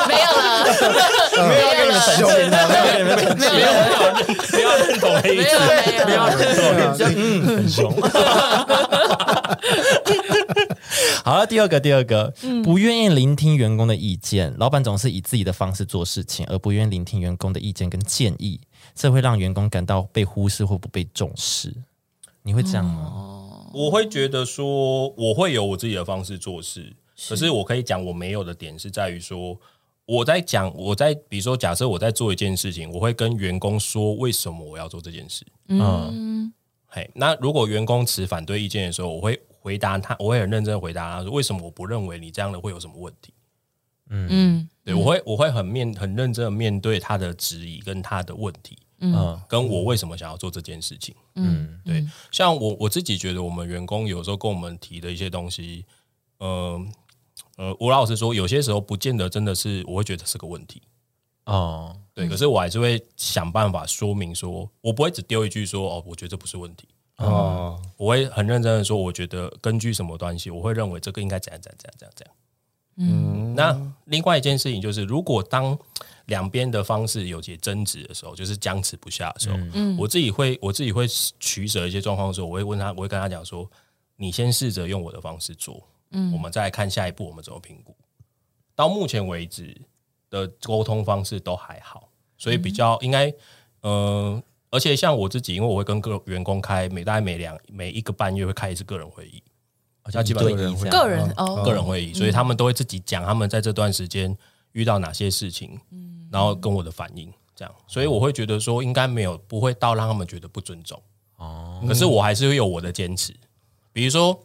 没有了，
没有要跟你们凶的，
不要认同黑
没有了，没有了。
啊
很凶。 好了，第二个，第二个，不愿意聆听员工的意见，老板总是以自己的方式做事情，而不愿意聆听员工的意见跟建议，这会让员工感到被忽视或不被重视。你会这样吗？
我会觉得说，我会有我自己的方式做事，可是我可以讲我没有的点是在于说，我在讲，我在比如说，假设我在做一件事情，我会跟员工说为什么我要做这件事。
嗯，
嘿，那如果员工持反对意见的时候，我会回答他，我会很认真地回答他说，为什么我不认为你这样的会有什么问题？
嗯，
对，我会我会很面很认真的面对他的质疑跟他的问题，
嗯
跟我为什么想要做这件事情。
嗯
对，像我我自己觉得，我们员工有时候跟我们提的一些东西，呃呃，吴老师说，有些时候不见得真的是我会觉得是个问题，
哦，
对，可是我还是会想办法说明说，我不会只丢一句说哦，我觉得这不是问题，
哦，
我会很认真的说，我觉得根据什么东西，我会认为这个应该怎样怎样怎样怎样怎样。嗯，那另外一件事情就是，如果当两边的方式有些争执的时候，就是僵持不下的时候，嗯
嗯
我自己会我自己会取舍一些状况的时候，我会问他，我会跟他讲说，你先试着用我的方式做，嗯，我们再来看下一步我们怎么评估。到目前为止的沟通方式都还好，所以比较应该，呃，而且像我自己，因为我会跟个员工开每大概每两每一个半月会开一次个人会议，
好
那
像
基
一
本
对
上
一这
个
样，
人哦，
个人会议，所以他们都会自己讲他们在这段时间遇到哪些事情，
嗯
然后跟我的反应这样，所以我会觉得说应该没有不会到让他们觉得不尊重哦，可是我还是会有我的坚持，比如说。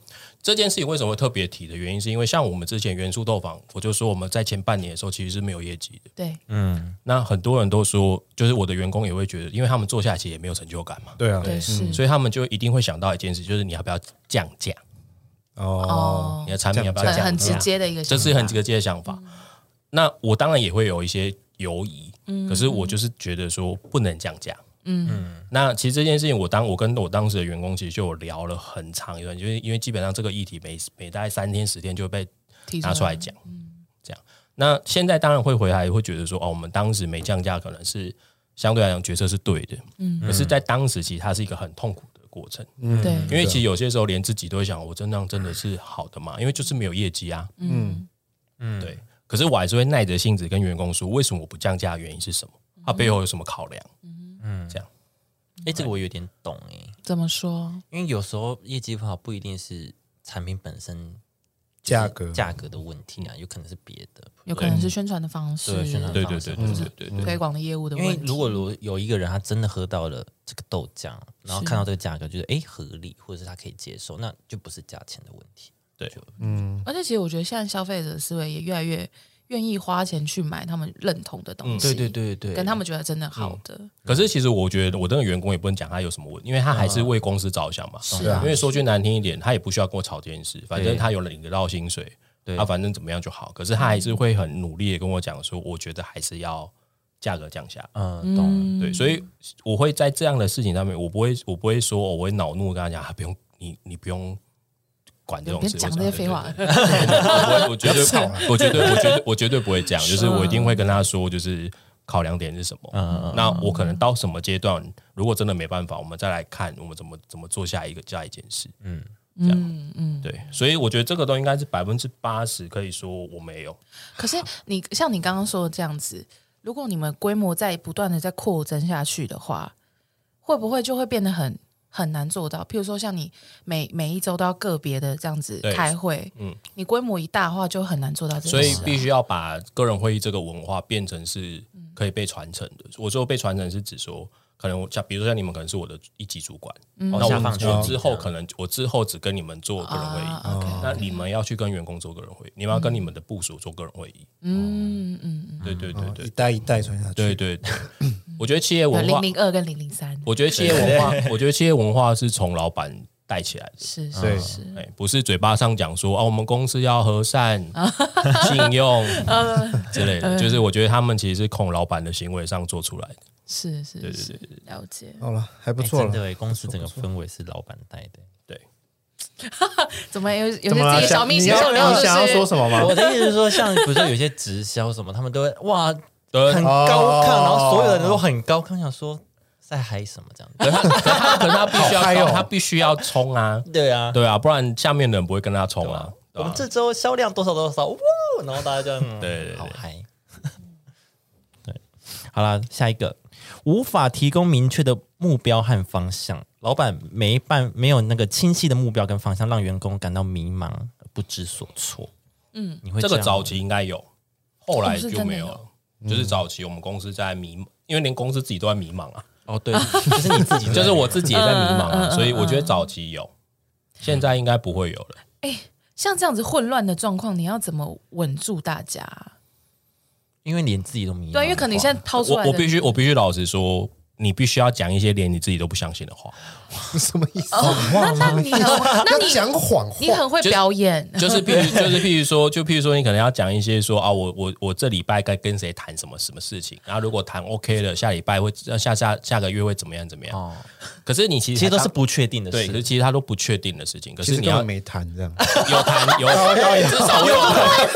这件事情为什么会特别提的原因，是因为像我们之前元素豆坊，我就说我们在前半年的时候其实是没有业绩的。
对，
嗯，
那很多人都说，就是我的员工也会觉得，因为他们做下去也没有成就感嘛，
对啊，
对是，
所以他们就一定会想到一件事，就是你要不要降价，
哦，
哦
你，的产品要不要
很
降价？
很直接的一个想法，
这是很直接的想法。那我当然也会有一些犹疑，可是我就是觉得说不能降价。嗯，那其实这件事情，我当我跟我当时的员工其实就有聊了很长一段，就是因为基本上这个议题每每大概三天十天就被
提
拿出来嗯讲，这样。那现在当然会回来，会觉得说，哦，我们当时没降价，可能是相对来讲决策是对的，嗯，可是，在当时其实它是一个很痛苦的过程，
嗯
对
因为其实有些时候连自己都会想，我这样真的是好的嘛？因为就是没有业绩啊，
嗯
对。可是我还是会耐着性子跟员工说，为什么我不降价？原因是什么？它背后有什么考
嗯
量？
哎，这个我有点懂哎，
怎么说？
因为有时候业绩不好不一定是产品本身就是
价格
价格的问题啊，有可能是别的，
有可能是宣传的方式，
对宣传
对对对对对对对。
推广的业务的
因为
问题。
如果如有一个人他真的喝到了这个豆浆，然后看到这个价格，觉得诶合理，或者是他可以接受，那就不是价钱的问题。
对
就
而且其实我觉得现在消费者的思维也越来越愿意花钱去买他们认同的东西，
嗯对对对对，
跟他们觉得真的好的，
可是其实我觉得我那个员工也不能讲他有什么问题，因为他还是为公司着想嘛。
是啊
因为说句难听一点，他也不需要跟我吵这件事，反正
对
他有领得到薪水，
对
他反正怎么样就好。可是他还是会很努力的跟我讲说，我觉得还是要价格降下来。
嗯懂
对，所以我会在这样的事情上面，我不会，我不会说，哦我会恼怒地跟他讲，啊，不用你，你不用管这
别
种事，
讲这些废话。
对。对对对我我绝对，我绝对，我绝对，我绝对不会这样，就是我一定会跟他说，就是考量点是什么。那我可能到什么阶段，如果真的没办法，我们再来看我们怎么怎么做下一个下一件事。
嗯嗯。
对，所以我觉得这个都应该是百分之八十，可以说我没有。
可是你像你刚刚说的这样子，如果你们规模在不断的在扩增下去的话，会不会就会变得很很难做到？譬如说，像你每每一周都要个别的这样子
对
开会，嗯，你规模一大的话，就很难做到这
所
件
以
事啊、
必须要把个人会议这个文化变成是可以被传承的。我说被传承是指说，可能我像比如说像你们可能是我的一级主管，
哦
那
下放
我
权
我
力
之
这
后
样
可能我之后只跟你们做个人会
啊
议，那你们要去跟员工做个人会议，你们要跟你们的部署做个人会议。
嗯嗯
对对对
一
对
哦代一代传下去，
对对 对，我觉得企业
嗯，
文
零
化，
零二跟零零三，
我觉得企业文化，我觉得企业文化是从老板带起来的。
是
对
是是，
哎，不是嘴巴上讲说啊，我们公司要 和善、信用
呃
之类的，就是我觉得他们其实是恐老板的行为上做出来的。
是是对对对，了解。
好了，还不
哎
错
真的
了。
耶公司整个氛围是老板带的。
对，
怎么有有些
怎么
自
了？
己小
想
秘
你
书
要
手
你想要说什么吗？
我的意思是说，像比如说有些直销什么，他们都会哇
对
很高亢，然后所有人都很高亢，想说在嗨什么这样子。
可他可他可他必须
好嗨
要
哦
他必须要冲啊，
对啊，
对啊，不然下面的人不会跟他冲啊。
我
对
们
啊
这周销量多少多少，哇！然后大家就嗯
对对对
好嗨。 对，好啦，下一个，无法提供明确的目标和方向，老板没办没有那个清晰的目标跟方向，让员工感到迷茫不知所措。嗯，你会
这个
样嗯
早期应该有，后来
哦是
就
真的
没有
有
了。就是早期我们公司在迷茫，因为连公司自己都在迷茫啊，
哦，对， 就是你自己在，
就是我自己也在迷茫
嗯
啊，所以我觉得早期有，现在应该不会有了。
嗯像这样子混乱的状况，你要怎么稳住大家啊？
因为连自己都迷茫的话。
对，因为可能你现在嗯抛出来
我
的，
我必须我必须老实说，你必须要讲一些连你自己都不相信的 话，
什么意思？
那那 你很哦那
要
你
讲谎话，
你很会表演，
就是譬如就是譬如说，就譬如说，你可能要讲一些说啊，我我我这礼拜该跟谁谈什么什么事情，然后如果谈 OK 了，下礼拜会呃下下下个月会怎么样怎么样。
哦，
可是你其实
其实都是
当
不确定的
对，可是
事。
其实他都不确定的事情，可
其
是
实
你
根
要
本没谈 这样。
有谈有至少有谈，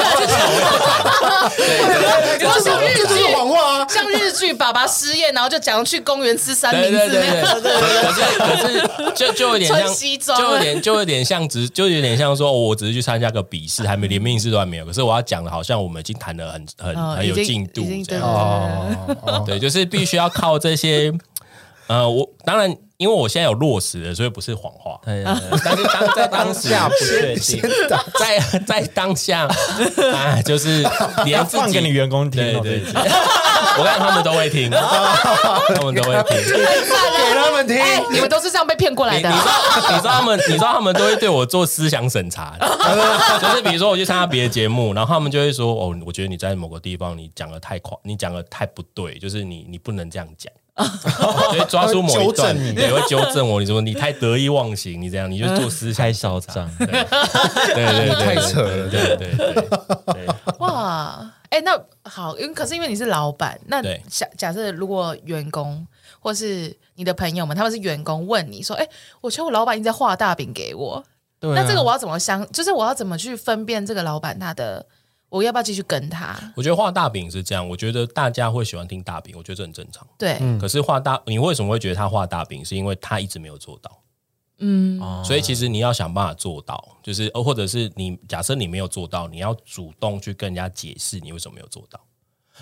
就是像日
这就是
剧，
谎话啊！
像日剧爸爸失业，然后就讲去公园吃三
对
明
对
治
对
那样。
对对。可是可是就就有点像
穿西装
就有点就有点像只就有点像说，我只是去参加个笔试，还没连面试都还没有。可是我要讲的，好像我们已经谈的很很
哦
很
已
有
经
进度
已经
这
对
样。
哦哦，
对，就是必须要靠这些。呃，我当然，因为我现在有落实了，所以不是谎话。
对对对
但是当在当时
下不确
先
定，
打
在在当下，啊，就是连自
放给你
己，
员工听
对
哦。
对
这一
对，
集
我看他们都会听，他们都会听。
给他们听。
哎，你们都是这样被骗过来
你你
的
知
啊。
道你知道他们你知道他们都会对我做思想审查，就是比如说我去参加别的节目，然后他们就会说哦，我觉得你在某个地方你讲的太快，你讲的太不对，就是你你不能这样 讲。就会抓住某一段
纠正，你
对，会纠正我。你说你太得意忘形，你这样你就做思想
太
审
嚣
查。
张，
对
哎
对对，对
太扯 了
对对对对。
哇，哎、那好，因为可是因为你是老板，那
对
假假设如果员工或是你的朋友们，他们是员工问你说，哎、我觉得我老板一直在画大饼给我，
对啊
那这个我要怎么相，就是我要怎么去分辨这个老板他的，我要不要继续跟他？
我觉得画大饼是这样，我觉得大家会喜欢听大饼，我觉得这很正常。
对，
可是画大，你为什么会觉得他画大饼？是因为他一直没有做到。
嗯，
哦
所以其实你要想办法做到，就是呃，或者是你假设你没有做到，你要主动去跟人家解释你为什么没有做到。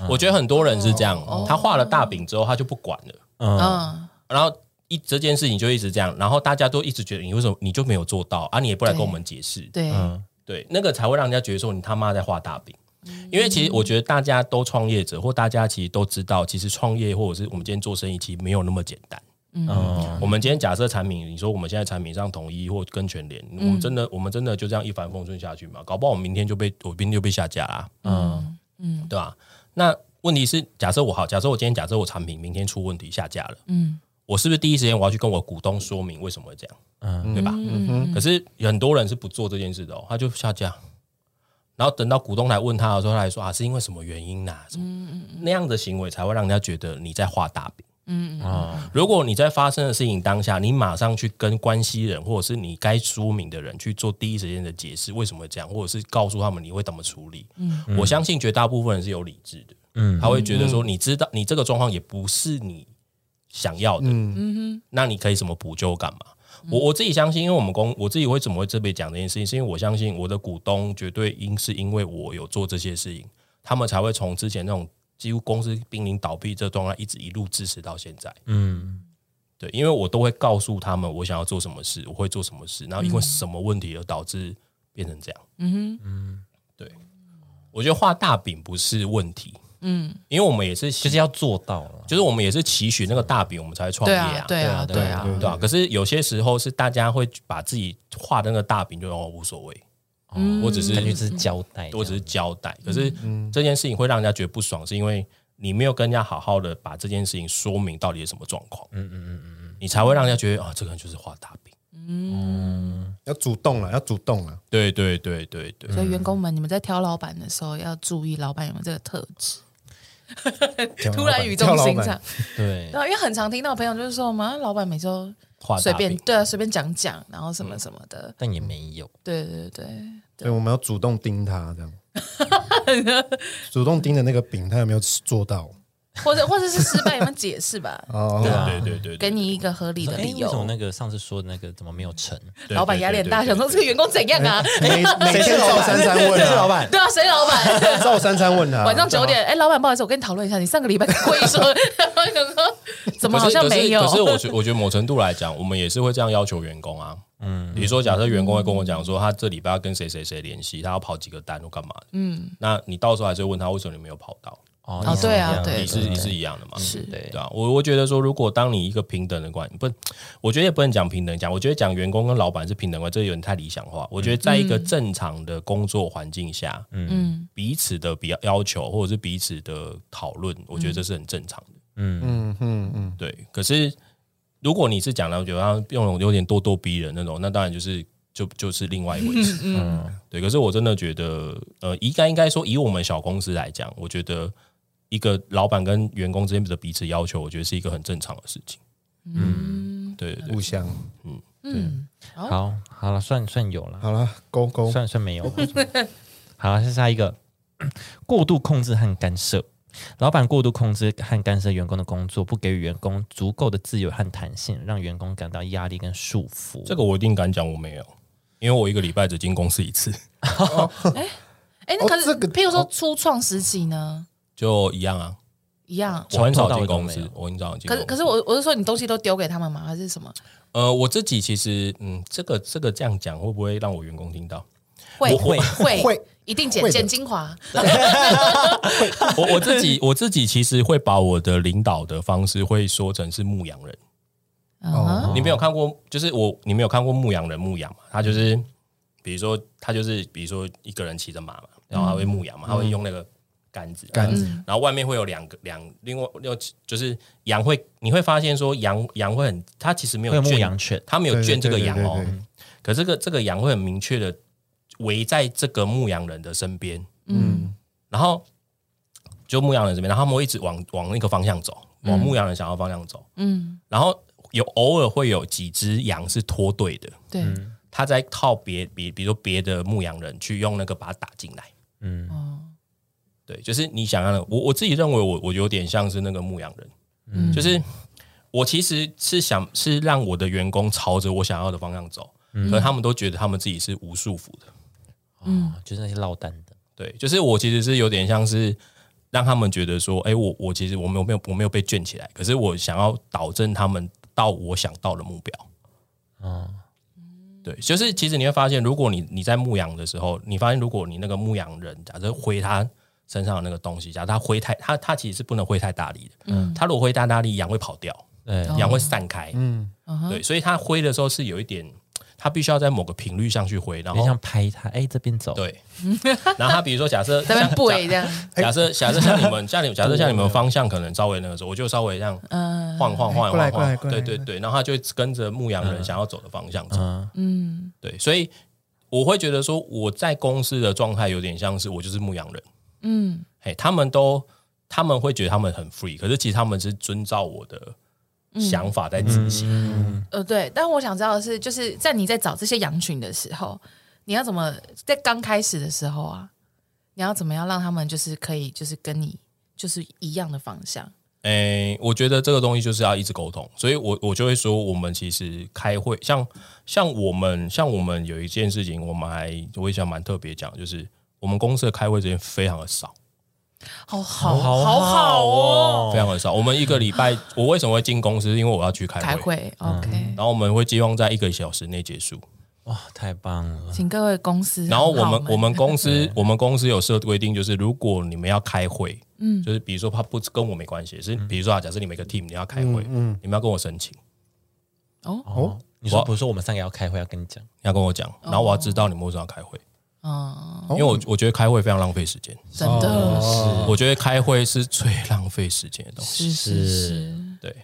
我觉得很多人是这样，他画了大饼之后他就不管了，
嗯，
嗯，
然后一这件事情就一直这样，然后大家都一直觉得你为什么你就没有做到啊？你也不来跟我们解释，
对，
对，那个才会让人家觉得说你他妈在画大饼。因为其实我觉得大家都创业者，或大家其实都知道，其实创业或者是我们今天做生意，其实没有那么简单。
嗯，
我们今天假设产品，你说我们现在产品上统一或跟全联，
嗯
我们真的我们真的就这样一帆风顺下去嘛？搞不好我明天就被我明天就被下架啦，
嗯
对吧、那问题是，假设我好，假设我今天假设我产品明天出问题下架了，
嗯，
我是不是第一时间我要去跟我股东说明为什么会这样？
嗯
对吧？可是很多人是不做这件事的、哦，他就下架，然后等到股东来问他的时候，他还说啊是因为什么原因呐、什么、那样的行为才会让人家觉得你在画大饼。
哦，
如果你在发生的事情当下，你马上去跟关系人或者是你该说明的人去做第一时间的解释，为什么会这样，或者是告诉他们你会怎么处理。我相信绝大部分人是有理智的，
嗯
他会觉得说，你知道你这个状况也不是你想要的，那你可以什么补救干嘛？我我自己相信，因为我们公我自己会怎么会特别讲这件事情，是因为我相信我的股东绝对因是因为我有做这些事情，他们才会从之前那种几乎公司濒临倒闭这状态，一直一路支持到现在。
嗯，
对，因为我都会告诉他们我想要做什么事，我会做什么事，然后因为什么问题而导致变成这样。嗯嗯，对，我觉得画大饼不是问题。嗯，因为我们也是
就是要做到了，
就是我们也是期许那个大饼，我们才会创
对
业
啊，对啊，对啊，
对啊。可是有些时候是大家会把自己画的那个大饼就哦无所谓，
嗯
我只是
感觉只是交代，
我只是交代。可是这件事情会让人家觉得不爽，是因为你没有跟人家好好的把这件事情说明到底是什么状况。嗯嗯嗯嗯，你才会让人家觉得啊，这个人就是画大饼。
要主动了，要主动了。
对对对对对，
所以员工们，你们在挑老板的时候要注意老板有没有这个特质。 突然语重心
跳老板
长，
对
对啊，因为很常听到朋友就是说嘛，老板每周
画
随
大
便
饼。
对啊，随便讲讲，然后什么什么的，
但也没有，
对对对，
对，我们要主动盯他 这样。主动盯的那个饼，他有没有做到？
或者或者是失败，有没有解释吧？
哦，
对对对
给
对，
你一个合理
说
的
哎，
理
为什么
由。
那个上次说的那个怎么没有成？
对
老板压力很大，
对对
想说这个员工怎样啊？
哎
每每天照三餐问
是老
啊，
板，
对啊，谁老板？
照三餐问啊他。
晚上九点，哎，老板，不好意思，我跟你讨论一下，你上个礼拜跟我一说，然后想说怎么好像没有
可？是可是可是我觉我觉得某程度来讲，我们也是会这样要求员工啊。嗯，比如说假设员工会跟我讲说，他这礼拜要跟谁谁谁联系，他要跑几个单或干嘛的，嗯，那你到时候还是会问他为什么你没有跑到，
哦
哦
你是
对啊
一样的
对
你是你是一样的嘛？
是
对
对啊，我我觉得说，如果当你一个平等的关，不，我觉得也不能讲平等讲，我觉得讲员工跟老板是平等关，这有点太理想化。我觉得在一个正常的工作环境下，
嗯，
彼此的比要求或者是彼此的讨论，我觉得这是很正常的。
嗯嗯嗯，
对，可是如果你是讲了，觉得他用那种有点咄咄逼人那种，那当然就是就就是另外一回事。嗯，对。可是我真的觉得，呃，应该应该说，以我们小公司来讲，我觉得一个老板跟员工之间的彼此要求，我觉得是一个很正常的事情。嗯，对对对
互相
嗯
好好了，算算有了，
好了，勾勾
算算没有了。好，是下一个 过度控制和干涉。老板过度控制和干涉员工的工作，不给予员工足够的自由和弹性，让员工感到压力跟束缚。
这个我一定敢讲，我没有，因为我一个礼拜只进公司一次，
哎，那可
哦
是
这个
譬如说
哦
初创时期呢，
就一样啊。
一样。
我很
从头
少
到
进
尾都
公
没
司
有，
我很少进
可
公司。
是可是我我是说你东西都丢给他们吗？还是什么？
呃，我自己其实，嗯，这个这个这样讲会不会让我员工听到？
会
会
会
会，
一定剪
会的
剪精华。
我我自己我自己其实会把我的领导的方式会说成是牧羊人。
哦，
你没有看过，就是我你没有看过牧羊人牧羊嘛？他就是比如说他就是比如说一个人骑着马嘛，然后他会牧羊嘛，他会用那个杆子
嗯
啊
杆子
然后外面会有两个两另外又就是羊会你会发现说羊羊会很它其实没
会有
有
牧
圈
羊犬，
它没有圈这个羊哦，
对对对对
可这个这个羊会很明确的围在这个牧羊人的身边，
嗯
然后就牧羊人这边，然后他们会一直往往那个方向走，往牧羊人想要的方向走。
嗯，
然后有偶尔会有几只羊是脱队的，
对，
它在靠别别，比如说别的牧羊人去用那个把它打进来。
嗯，
哦，
对，就是你想要的，我我自己认为我我有点像是那个牧羊人，
嗯
就是我其实是想是让我的员工朝着我想要的方向走，可他们都觉得他们自己是无束缚的。
哦，就是那些落单的，
对，就是我其实是有点像是让他们觉得说，哎、我我其实我没有没有我没有被圈起来，可是我想要导正他们到我想到的目标。对，就是其实你会发现，如果你你在牧羊的时候，你发现如果你那个牧羊人，假设挥他身上的那个东西，假设他挥太他他其实是不能挥太大力的，嗯，他如果挥太大力，羊会跑掉，
对，
羊会散开，嗯，对，所以他挥的时候是有一点，他必须要在某个频率上去挥，然
有点
后
像拍他，哎，这边走，
对，然后他比如说假设
在那
像
边
假
背这样，
假设假设像你们像你们假设像你们方向可能稍微那个时候，我就稍微这样
嗯
晃晃晃
过来
晃
过来
晃，
过来
对对对，然后他就跟着牧羊人想要走的方向走。
嗯，
嗯
对，所以我会觉得说我在公司的状态有点像是我就是牧羊人，
嗯
嘿，他们都他们会觉得他们很 free，可是其实他们是遵照我的想法在执
嗯
行。
呃对，但我想知道的是，就是在你在找这些羊群的时候，你要怎么在刚开始的时候啊，你要怎么样让他们就是可以就是跟你就是一样的方向？
诶、我觉得这个东西就是要一直沟通，所以我我就会说，我们其实开会，像像我们像我们有一件事情，我们还我也想蛮特别讲，就是我们公司的开会时间非常的少，
好哦好
好
好好哦，
非常的少。我们一个礼拜，我为什么会进公司？因为我要去哦开会，
哦
嗯
开会 OK，
然后我们会希望在一个小时内结束。
哇，太棒了，
请各位公司，
然后我
好
们我们公司我们公司有设规定，就是如果你们要开会，嗯，就是比如说他不跟我没关系，是比如说啊，假设你们一个 team 你要开会，嗯，你们要跟我申请，
哦，你说不是我们三个要开会要跟你讲，
你要跟我讲，然后我要知道你们为什么要开会，
嗯，
因为我我觉得开会非常浪费时间，
真的
我觉得开会是最浪费时间的东西，
是是是，
对，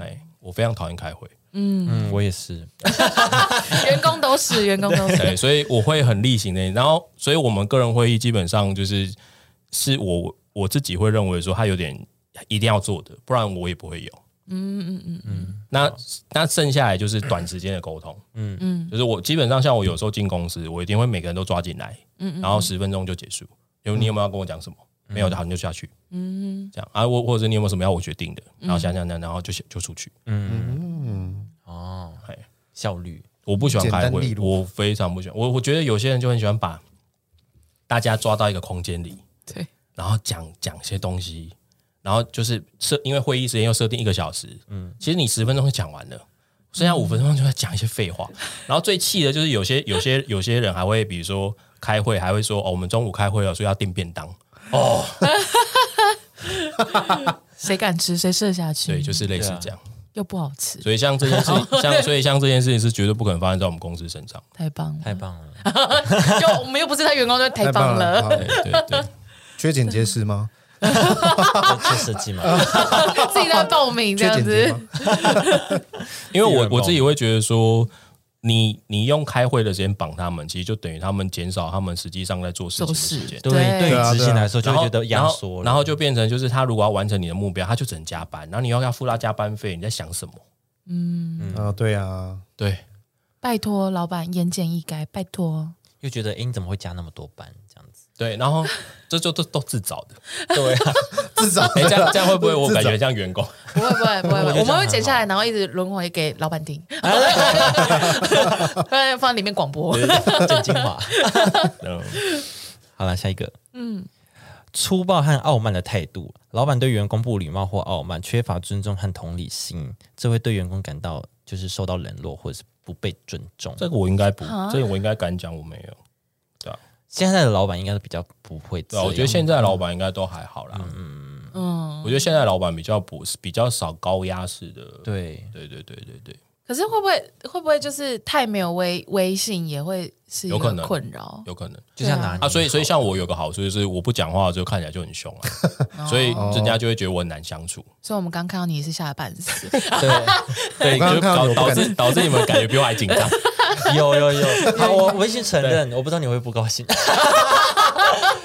哎，我非常讨厌开会，
嗯，我也是，
员工都是员工都是，
对，所以我会很例行的。然后，所以我们个人会议基本上就是是我我自己会认为说，它有点一定要做的，不然我也不会有。嗯嗯嗯嗯。那那剩下来就是短时间的沟通。嗯嗯，就是我基本上像我有时候进公司，我一定会每个人都抓进来，然后十分钟就结束。有你有没有要跟我讲什么？没有的话你就下去。嗯，这样啊，我或者是你有没有什么要我决定的？然后想想想，然后就就出去。哎
哦
嘿，
效率，
我不喜欢开
简单利
会，
落
我非常不喜欢。我我觉得有些人就很喜欢把大家抓到一个空间里，
对，
然后讲讲些东西，然后就是设，因为会议时间又设定一个小时，嗯，其实你十分钟就讲完了，剩下五分钟就在讲一些废话。
嗯
然后最气的就是有些有些有些人还会，比如说开会还会说哦，我们中午开会了，所以要订便当。
谁敢吃谁吃得下去，
对，就是类似
对啊
这样。
又不好吃，
所以像这件事，像所以像这件事情是绝对不可能发生在我们公司身上。
太棒了！
太棒了，
就我们又不是他员工，就太棒了。
好
对对对，
缺剪接师吗？
这设计嘛，
自己在报名 这
缺
样
剪接
子
吗，？
因为我
第二个
我自己会觉得说，你你用开会的时间绑他们，其实就等于他们减少他们实际上在做事情
做
的
事
时间。
对，
对
对
对啊
于执行来说就
然
会
后
觉得压缩了，
然后，然后就变成就是他如果要完成你的目标，他就只能加班，然后你又要付他加班费，你在想什么？
啊，对啊，
对，
拜托老板言简意赅，拜托。
又觉得哎，诶你怎么会加那么多班这样子？
对，然后 这就都都自找的。
对啊，
至少
哎，这样这样会不会我
自找
感觉像员工？
不会不会不会，
我觉得
我
这
们
样
会剪下来，然后一直轮回给老板听，放在里面广播。
郑精华。
嗯，
好了，下一个，嗯，粗暴和傲慢的态度，老板对员工不礼貌或傲慢，缺乏尊重和同理心，这会对员工感到就是受到冷落或者是不被尊重。
这个我应该不
啊，
这个我应该敢讲，我没有。
现在的老板应该是比较不会这
对啊，
样，
我觉得现在老板应该都还好啦。
嗯，
我觉得现在老板比较不比较少高压式的。
对
对对对对对，
可是会不会会不会就是太没有威威信，也会是一
有可
个
能
困扰？
有可能。
就是要拿捏
啊，所以所以像我有个好处就是，我不讲话就看起来就很凶啊，
哦
所以人家就会觉得我很难相处，
所以我们刚看到你是吓得半死，
对，
对，
刚刚
就
看到
导
有
导
不
致导致你们感觉比我还紧张，
有有有，好，我我已经承认，我不知道你会不高兴。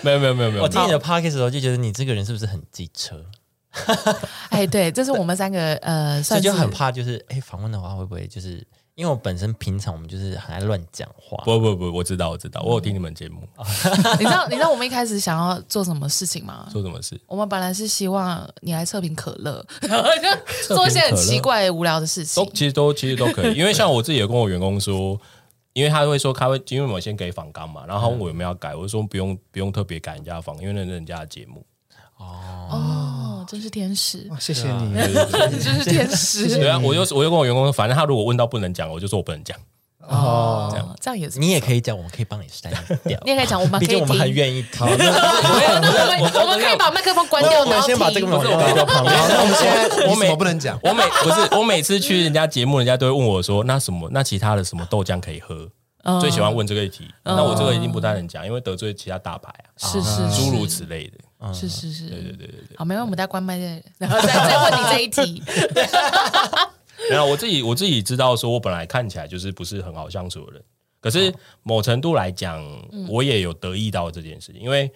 没有没有没有没有，
我听你的 podcast 的时候就觉得你这个人是不是很机车？
哎，对，这是我们三个呃，
所
算
以就是很怕，就是哎，访问的话会不会就是因为我本身平常我们就是很爱乱讲话，
不不不，我知道我知道，我有听你们节目，
哦
你知道你知道我们一开始想要做什么事情吗？
说什么事？
我们本来是希望你来测评可乐，然后就做一些很奇怪无聊的事情
都。其实都其实都可以，因为像我自己有跟我员工说。因为他会说开会，因为我们先给访纲嘛，然后他问我有没有要改，我就说不用不用特别改人家的访，因为那是人家的节目。
哦，真是天使，
哇谢谢你，
对啊 对对
真是天
对
使
啊，我就我就跟我员工说，反正他如果问到不能讲，我就说我不能讲。
哦，这样也是，
你也可以讲，我们可以帮你删掉
你。也可以讲，我们
毕
可以听，
竟我们很
对
愿意听。
对对我们可以把麦克风关
那
掉，
我们
然后
先把
听
这个门
不是
关掉旁边。
好，那我们现在
我
我
每
什么不能讲？
我每不是我每次去人家节目，人家都会问我说，那什么那其他的什么豆浆可以喝？
哦
最喜欢问这个题。那我这个一定不太能讲，因为得罪其他大牌啊，
是是是
诸如此类的。
是是是，对对
对对
好，没问我们再关麦再，然后再再问你这一题，
然后我自己我自己知道，说我本来看起来就是不是很好相处的人，可
哦
是某程度来讲，我也有得意到这件事情，因为。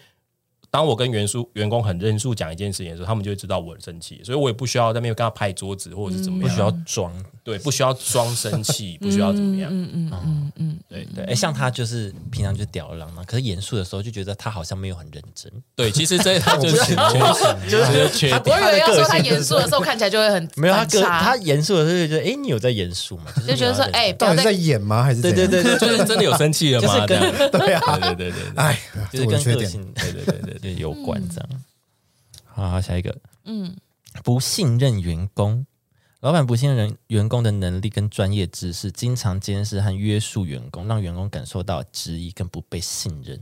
当我跟员数员工很认数讲一件事情的时候，他们就会知道我很生气，所以我也不需要在那边跟他拍桌子或者是怎
嗯
么样，
不需要装。
对，不需要装生气，不需要怎么样，
嗯嗯嗯嗯，
对
对，
对
哎，像他就是平常就吊儿郎当，可是严肃的时候就觉得他好像没有很认真。
对，其实这他就是缺点，就是缺点。
我以为要说他严肃的时候看起来就会很
没有他个
反差
他严肃的时候就觉得，哎，你有在严肃吗？
就觉得说，哎，不
到
要
底是
再
在演吗？还是
对对
怎样，
对对，
就是真的有生气了吗？
就
这
是
样
跟
对啊，对对对对对
哎，
就
这
是
我的
跟
缺
个
点。
性嗯对对对对对有关这样。好，好下一个，嗯，不信任员工，老板不信任员工的能力跟专业知识，经常监视和约束员工，让员工感受到质疑跟不被信任。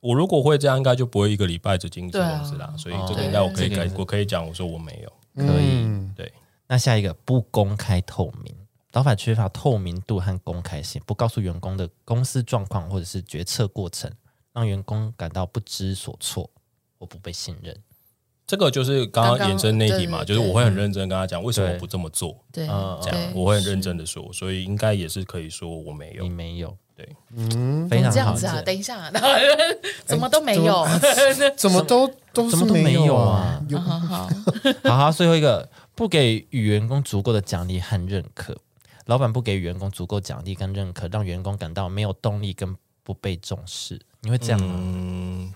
我如果会这样，应该就不会一个礼拜只进一次公司啦。所以这个应该我可以
对
改
这，个
我可以讲，我说我没有。
可以
嗯
对，
那下一个不公开透明，老板缺乏透明度和公开性，不告诉员工的公司状况或者是决策过程，让员工感到不知所措或不被信任。
这个就是刚刚
刚刚
衍生那一题嘛，
对
就
对
是我会很认真跟他讲为什么
对
我不这么做，
对
嗯
这
对
样，我会很认真的说，所以应该也是可以说我没有
你。没有，
对，
嗯，
非常哎
这
好
样。子啊，
这
等 一下，然后怎么都没有，
怎么都都
怎
是
么都没
有
有啊
有
好好，
好好，最后一个，不给予员工足够的奖励和认可，老板不给予员工足够奖励跟认可，让员工感到没有动力跟不被重视。你会这样啊吗？
嗯，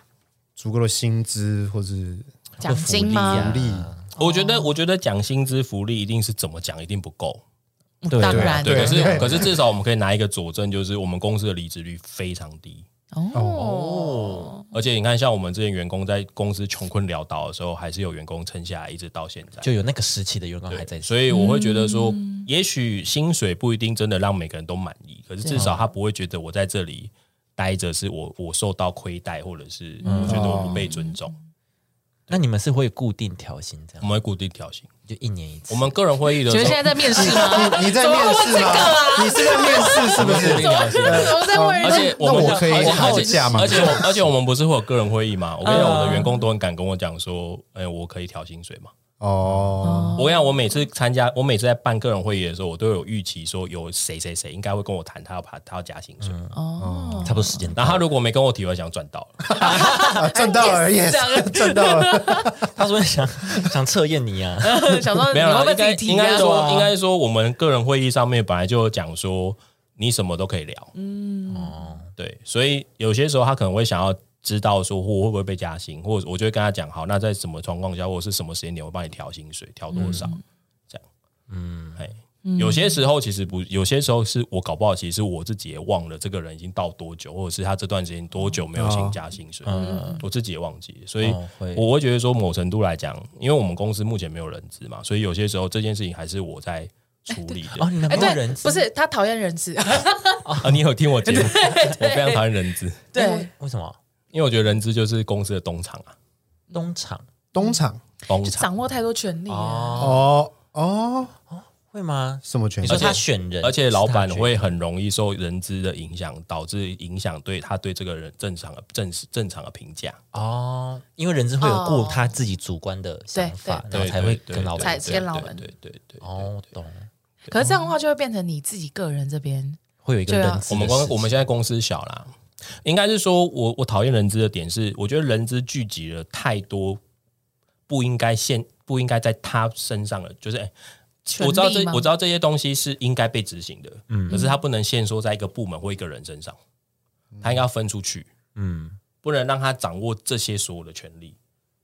足够的薪资或是
奖金
或
吗
福？利
利
啊
我觉得我觉得讲薪资福利一定是怎么讲一定不够，
对
当
对
然，
对，可
对
是可是至少我们可以拿一个佐证，就是我们公司的离职率非常低。
哦，
而且你看，像我们之前员工在公司穷困潦倒的时候，还是有员工撑下来，一直到现在。
就有那个时期的员工还在
对，所以我会觉得说，
嗯
也许薪水不一定真的让每个人都满意，可是至
啊
少他不会觉得我在这里待着是我我受到亏待，或者是
嗯
我觉得我不被尊重。
哦那你们是会固定调薪这
我
样，
们会固定调薪，
就一年一次？
我们个人会议的
请问
时
现在在
候，
面试吗？
你在面试吗？你是在面试是不
我们固定调
是？
薪。
怎么在问
而且
那
我们
我可以
而且
喊价吗
而且我而且我们不是会有个人会议吗？我跟你讲，我的员工都很敢跟我讲说，
嗯
哎，我可以调薪水吗？
哦，
我跟你讲，我每次参加，我每次在办个人会议的时候，我都有预期说有谁谁谁应该会跟我谈，他要把他要加薪水。
哦，
差不多时间到
然后他如果没跟我提，我就想赚到 了。
啊赚到了
Yes，
也
这样
赚到了，
他说 想想测验你啊，
哎
想说你
没有
会
啦
不，会
应
自
该
己提
应
啊
该说，
啊
应该说，我们个人会议上面本来就有讲说，你什么都可以聊。嗯，对，所以有些时候他可能会想要知道说，我会不会被加薪，或者我就会跟他讲，好，那在什么状况下，或者是什么时间点，我帮你调薪水，调多少，这样。嗯，哎。有些时候其实不，有些时候是我搞不好，其实是我自己也忘了这个人已经到多久，或者是他这段时间多久没有新加薪水，我自己也忘记了，所以
嗯哦会
我会觉得说，某程度来讲，因为我们公司目前没有人资嘛，所以有些时候这件事情还是我在处理的。
哦，你们
哎，
没有
对
人，
不是他讨厌人质，
啊，你有听我节 目？我非常讨厌人资，
对，
哎为什么
因为我觉得人资就是公司的东厂啊，
东厂
东厂
东
就
厂。
掌握太多权力啊，
哦哦，
会吗？
什么权
你
利
说？他选人，
而且老板
是他决定
会很容易受人资的影响，导致影响对他对这个人正常的正正常的评价。
哦，因为人资会有
哦
顾他自己主观的想法，然后
对
对，
才会
对
跟老
才
板
跟老板
对对对对。
哦，懂，
可是这样的话就会变成你自己个人这边
会有一个
对啊
人资的
我们公
事情
我们现在公司小啦，应该是说我我讨厌人资的点是，我觉得人资聚集了太多不应该现不应该在他身上了，就是。哎
权
我知道这
利吗
我知道这些东西是应该被执行的，
嗯
可是他不能限缩在一个部门或一个人身上，
嗯
他应该要分出去，
嗯，
不能让他掌握这些所有的权利，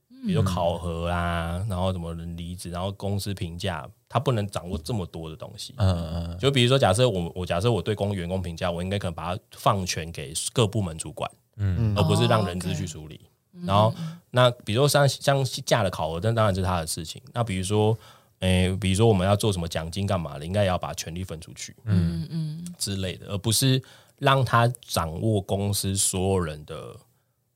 嗯
比如说考核啊，然后什么离职，然后公司评价，他不能掌握这么多的东西。
嗯嗯
就比如说，假设我我假设我对公员工评价，我应该可能把它放权给各部门主管，嗯，而不是
哦
让人资去处理。然后，
嗯
那比如说像像价的考核，那当然是他的事情。那比如说，诶、比如说我们要做什么奖金干嘛的，应该也要把权利分出去，嗯嗯之类的，而不是让他掌握公司所有人的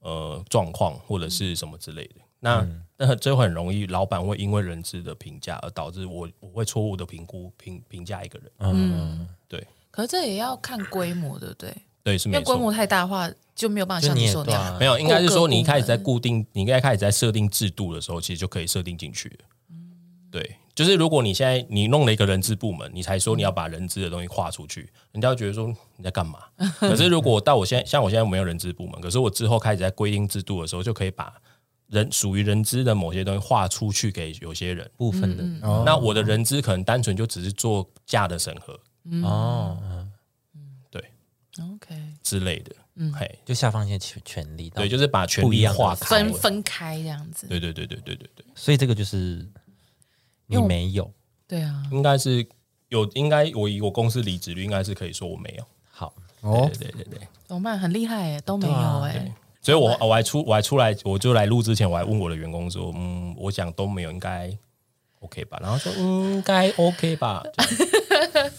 呃状况或者是什么之类的。那那这会很容易，老板会因为人资的评价而导致我我会错误的评估评评价一个人。
嗯，
对
可是这也要看规模，对不对？
对，是
因
没
为规模
错。
太大的话，就没有办法
就
像
你
你
也
说那
对
样。
啊
没，有，应该是
各
说
个
你一开始在
部门
固定，你应该开始在设定制度的时候，其实就可以设定进去了。对，就是如果你现在你弄了一个人资部门，你才说你要把人资的东西跨出去，人家会觉得说你在干嘛？可是如果到我现在，像我现在没有人资部门，可是我之后开始在规定制度的时候，就可以把人属于人资的某些东西划出去给有些人。
部分的
哦
那我的人资可能单纯就只是做价的审核
哦，嗯
OK，
之类的，嗯，嘿，
就下放一些权权利，
对，就是把权
不一
力
样的
划开，
分分开这样子。
对对对对对对对，
所以这个就是
因为
你
我
没有
对啊，
应该是有，应该我以我公司离职率，应该是可以说我没有。
好，
哦，
对对对对，
怎么办？很厉害哎，都没有哎。
所以我我还出我还出来，我就来录之前，我还问我的员工说，嗯，我想都没有，应该 OK 吧？然后说，嗯，应该 OK 吧？这样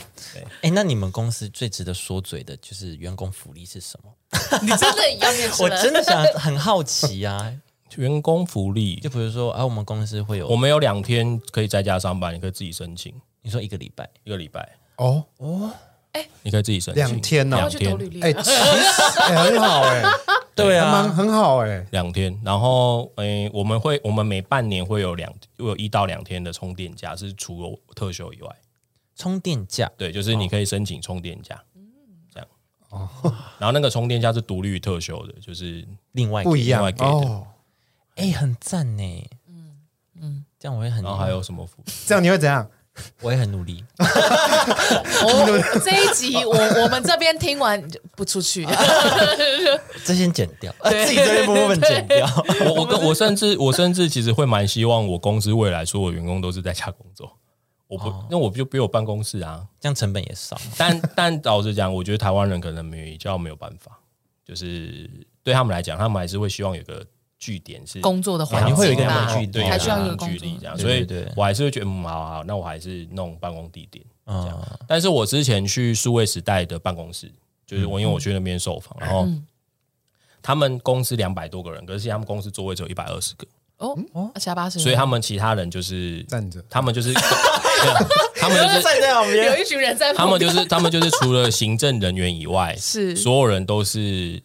哎，那你们公司最值得说嘴的就是员工福利是什么？
你真的要面试
我
了？
真的想很好奇啊，
员工福利
就，比如说啊，我们公司会有
我，们有两天可以在家上班，你可以自己申请
你说一个礼拜，
一个礼拜，
哦，
你可以自己申请
两天哦
然后
两
去投履
天，
历
哎，
啊。
其实哎很好 哎，
对
还蛮
啊，
很好哎，
两天。然后，诶、我们会我们每半年会有两会有一到两天的充电假，是除了特休以外。
充电价
对，就是
哦
你可以申请充电假，
嗯
这样。哦， 然后那个充电假是独立于特休的，就是
另外
不
给
一样
另外给的
哦。
哎、很赞呢。嗯嗯，这样我也很，
然后还有什么福利？
这样你会怎样？
我也很努力。
我哦这一集我我 们这边听完就不出去，
这先剪 掉，自己这边部分剪掉。
我我跟我甚至我甚至其实会蛮希望我公司未来所有员工都是在家工作，我不，
哦
那我就不有办公室啊。
这样成本也少。
但但老实讲，我觉得台湾人可能比较没有办法，就是对他们来讲，他们还是会希望有个据点是哦
工作的环
啊
境
你
吧，
会有一个
地
样
方
的距
对，
离
还
啊
需要一个
有
工
距
作
离这样，
对
所以
对对
我还是会觉得，嗯，好好，那我还是弄办公地点。
嗯
但是我之前去数位时代的办公室，就是我因为我去那边受访，然后他们公司两百多个人，可是他们公司座位只有一百二十个，
哦，下巴是，
嗯所以他们其他人就是
站着
他们就是他们就是
站在旁
有一群人在
他
旁
们
边，
就是他们就是除了行政人员以外，
是
所有人都是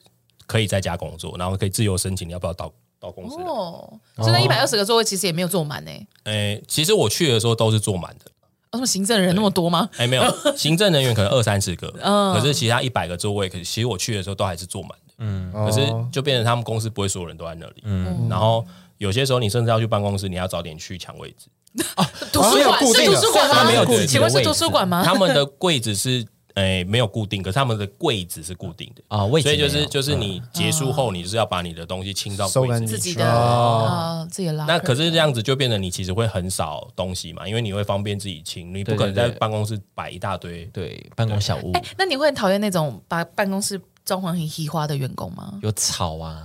可以在家工作，然后可以自由申请要不要到到公司来。
哦，所以那一百二十个座位其实也没有坐满呢。
诶、其实我去的时候都是坐满的，
哦，他们行政人那么多吗？
哎、没有，行政人员可能二三十个，可是其他一百个座位，可是其实我去的时候都还是坐满的，可是
哦
就变成他们公司不会所有人都在那里，
嗯
嗯
然后有些时候你甚至要去办公室，你要早点去抢位置，
图书
没有
馆
固
是
定
图
的
书馆
他
吗？
没有自己的
请问是
位置
图书馆吗？
他们的柜子是哎、没有固定，可是他们的柜子是固定的。
啊，位置
所以就
没
是
有嗯
就是你结束后，你就是要把你的东西清到
收
柜
干
子。
自己的
哦
呃自己的拉。
那可是这样子就变得你其实会很少东西嘛，因为你会方便自己清，你不可
对
能
对
在
对
办公室摆一大堆。
对办公小屋
哎，那你会很讨厌那种把办公室装潢很稀花的员工吗？
有草啊，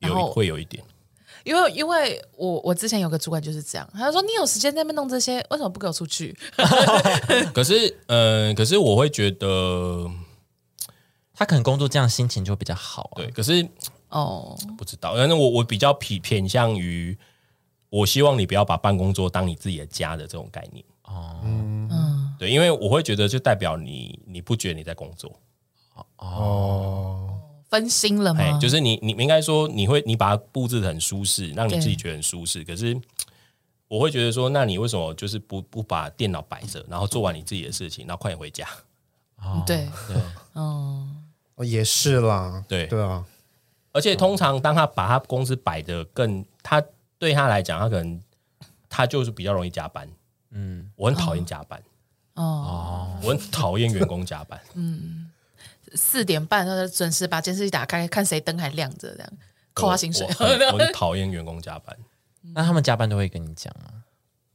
然
有
后
一会有一点，
因为因为我我之前有个主管就是这样，他就说你有时间在那边弄这些，为什么不给我出去？
可是呃，可是我会觉得，
他可能工作这样心情就比较好啊。
对，可是
哦，
不知道，但是我我比较偏偏向于，我希望你不要把办公桌当你自己的家的这种概念。
哦
嗯，
对，因为我会觉得就代表你你不觉得你在工作，
哦，
分心了
哎
吗？，
就是你，你应该说你会，你把它布置的很舒适，让你
对
自己觉得很舒适。可是我会觉得说，那你为什么就是不不把电脑摆着，然后做完你自己的事情，然后快点回家？
哦
对，
对，
嗯，
哦也是啦，
对
对啊，
而且通常当他把他公司摆的更，他对他来讲，他可能他就是比较容易加班。
嗯
我很讨厌加班，
哦，
我很讨厌员工加班。
四点半他就准时把监视器打开，看谁灯还亮着，这样扣他薪水
我。 很我很讨厌员工加班。
那他们加班都会跟你讲吗？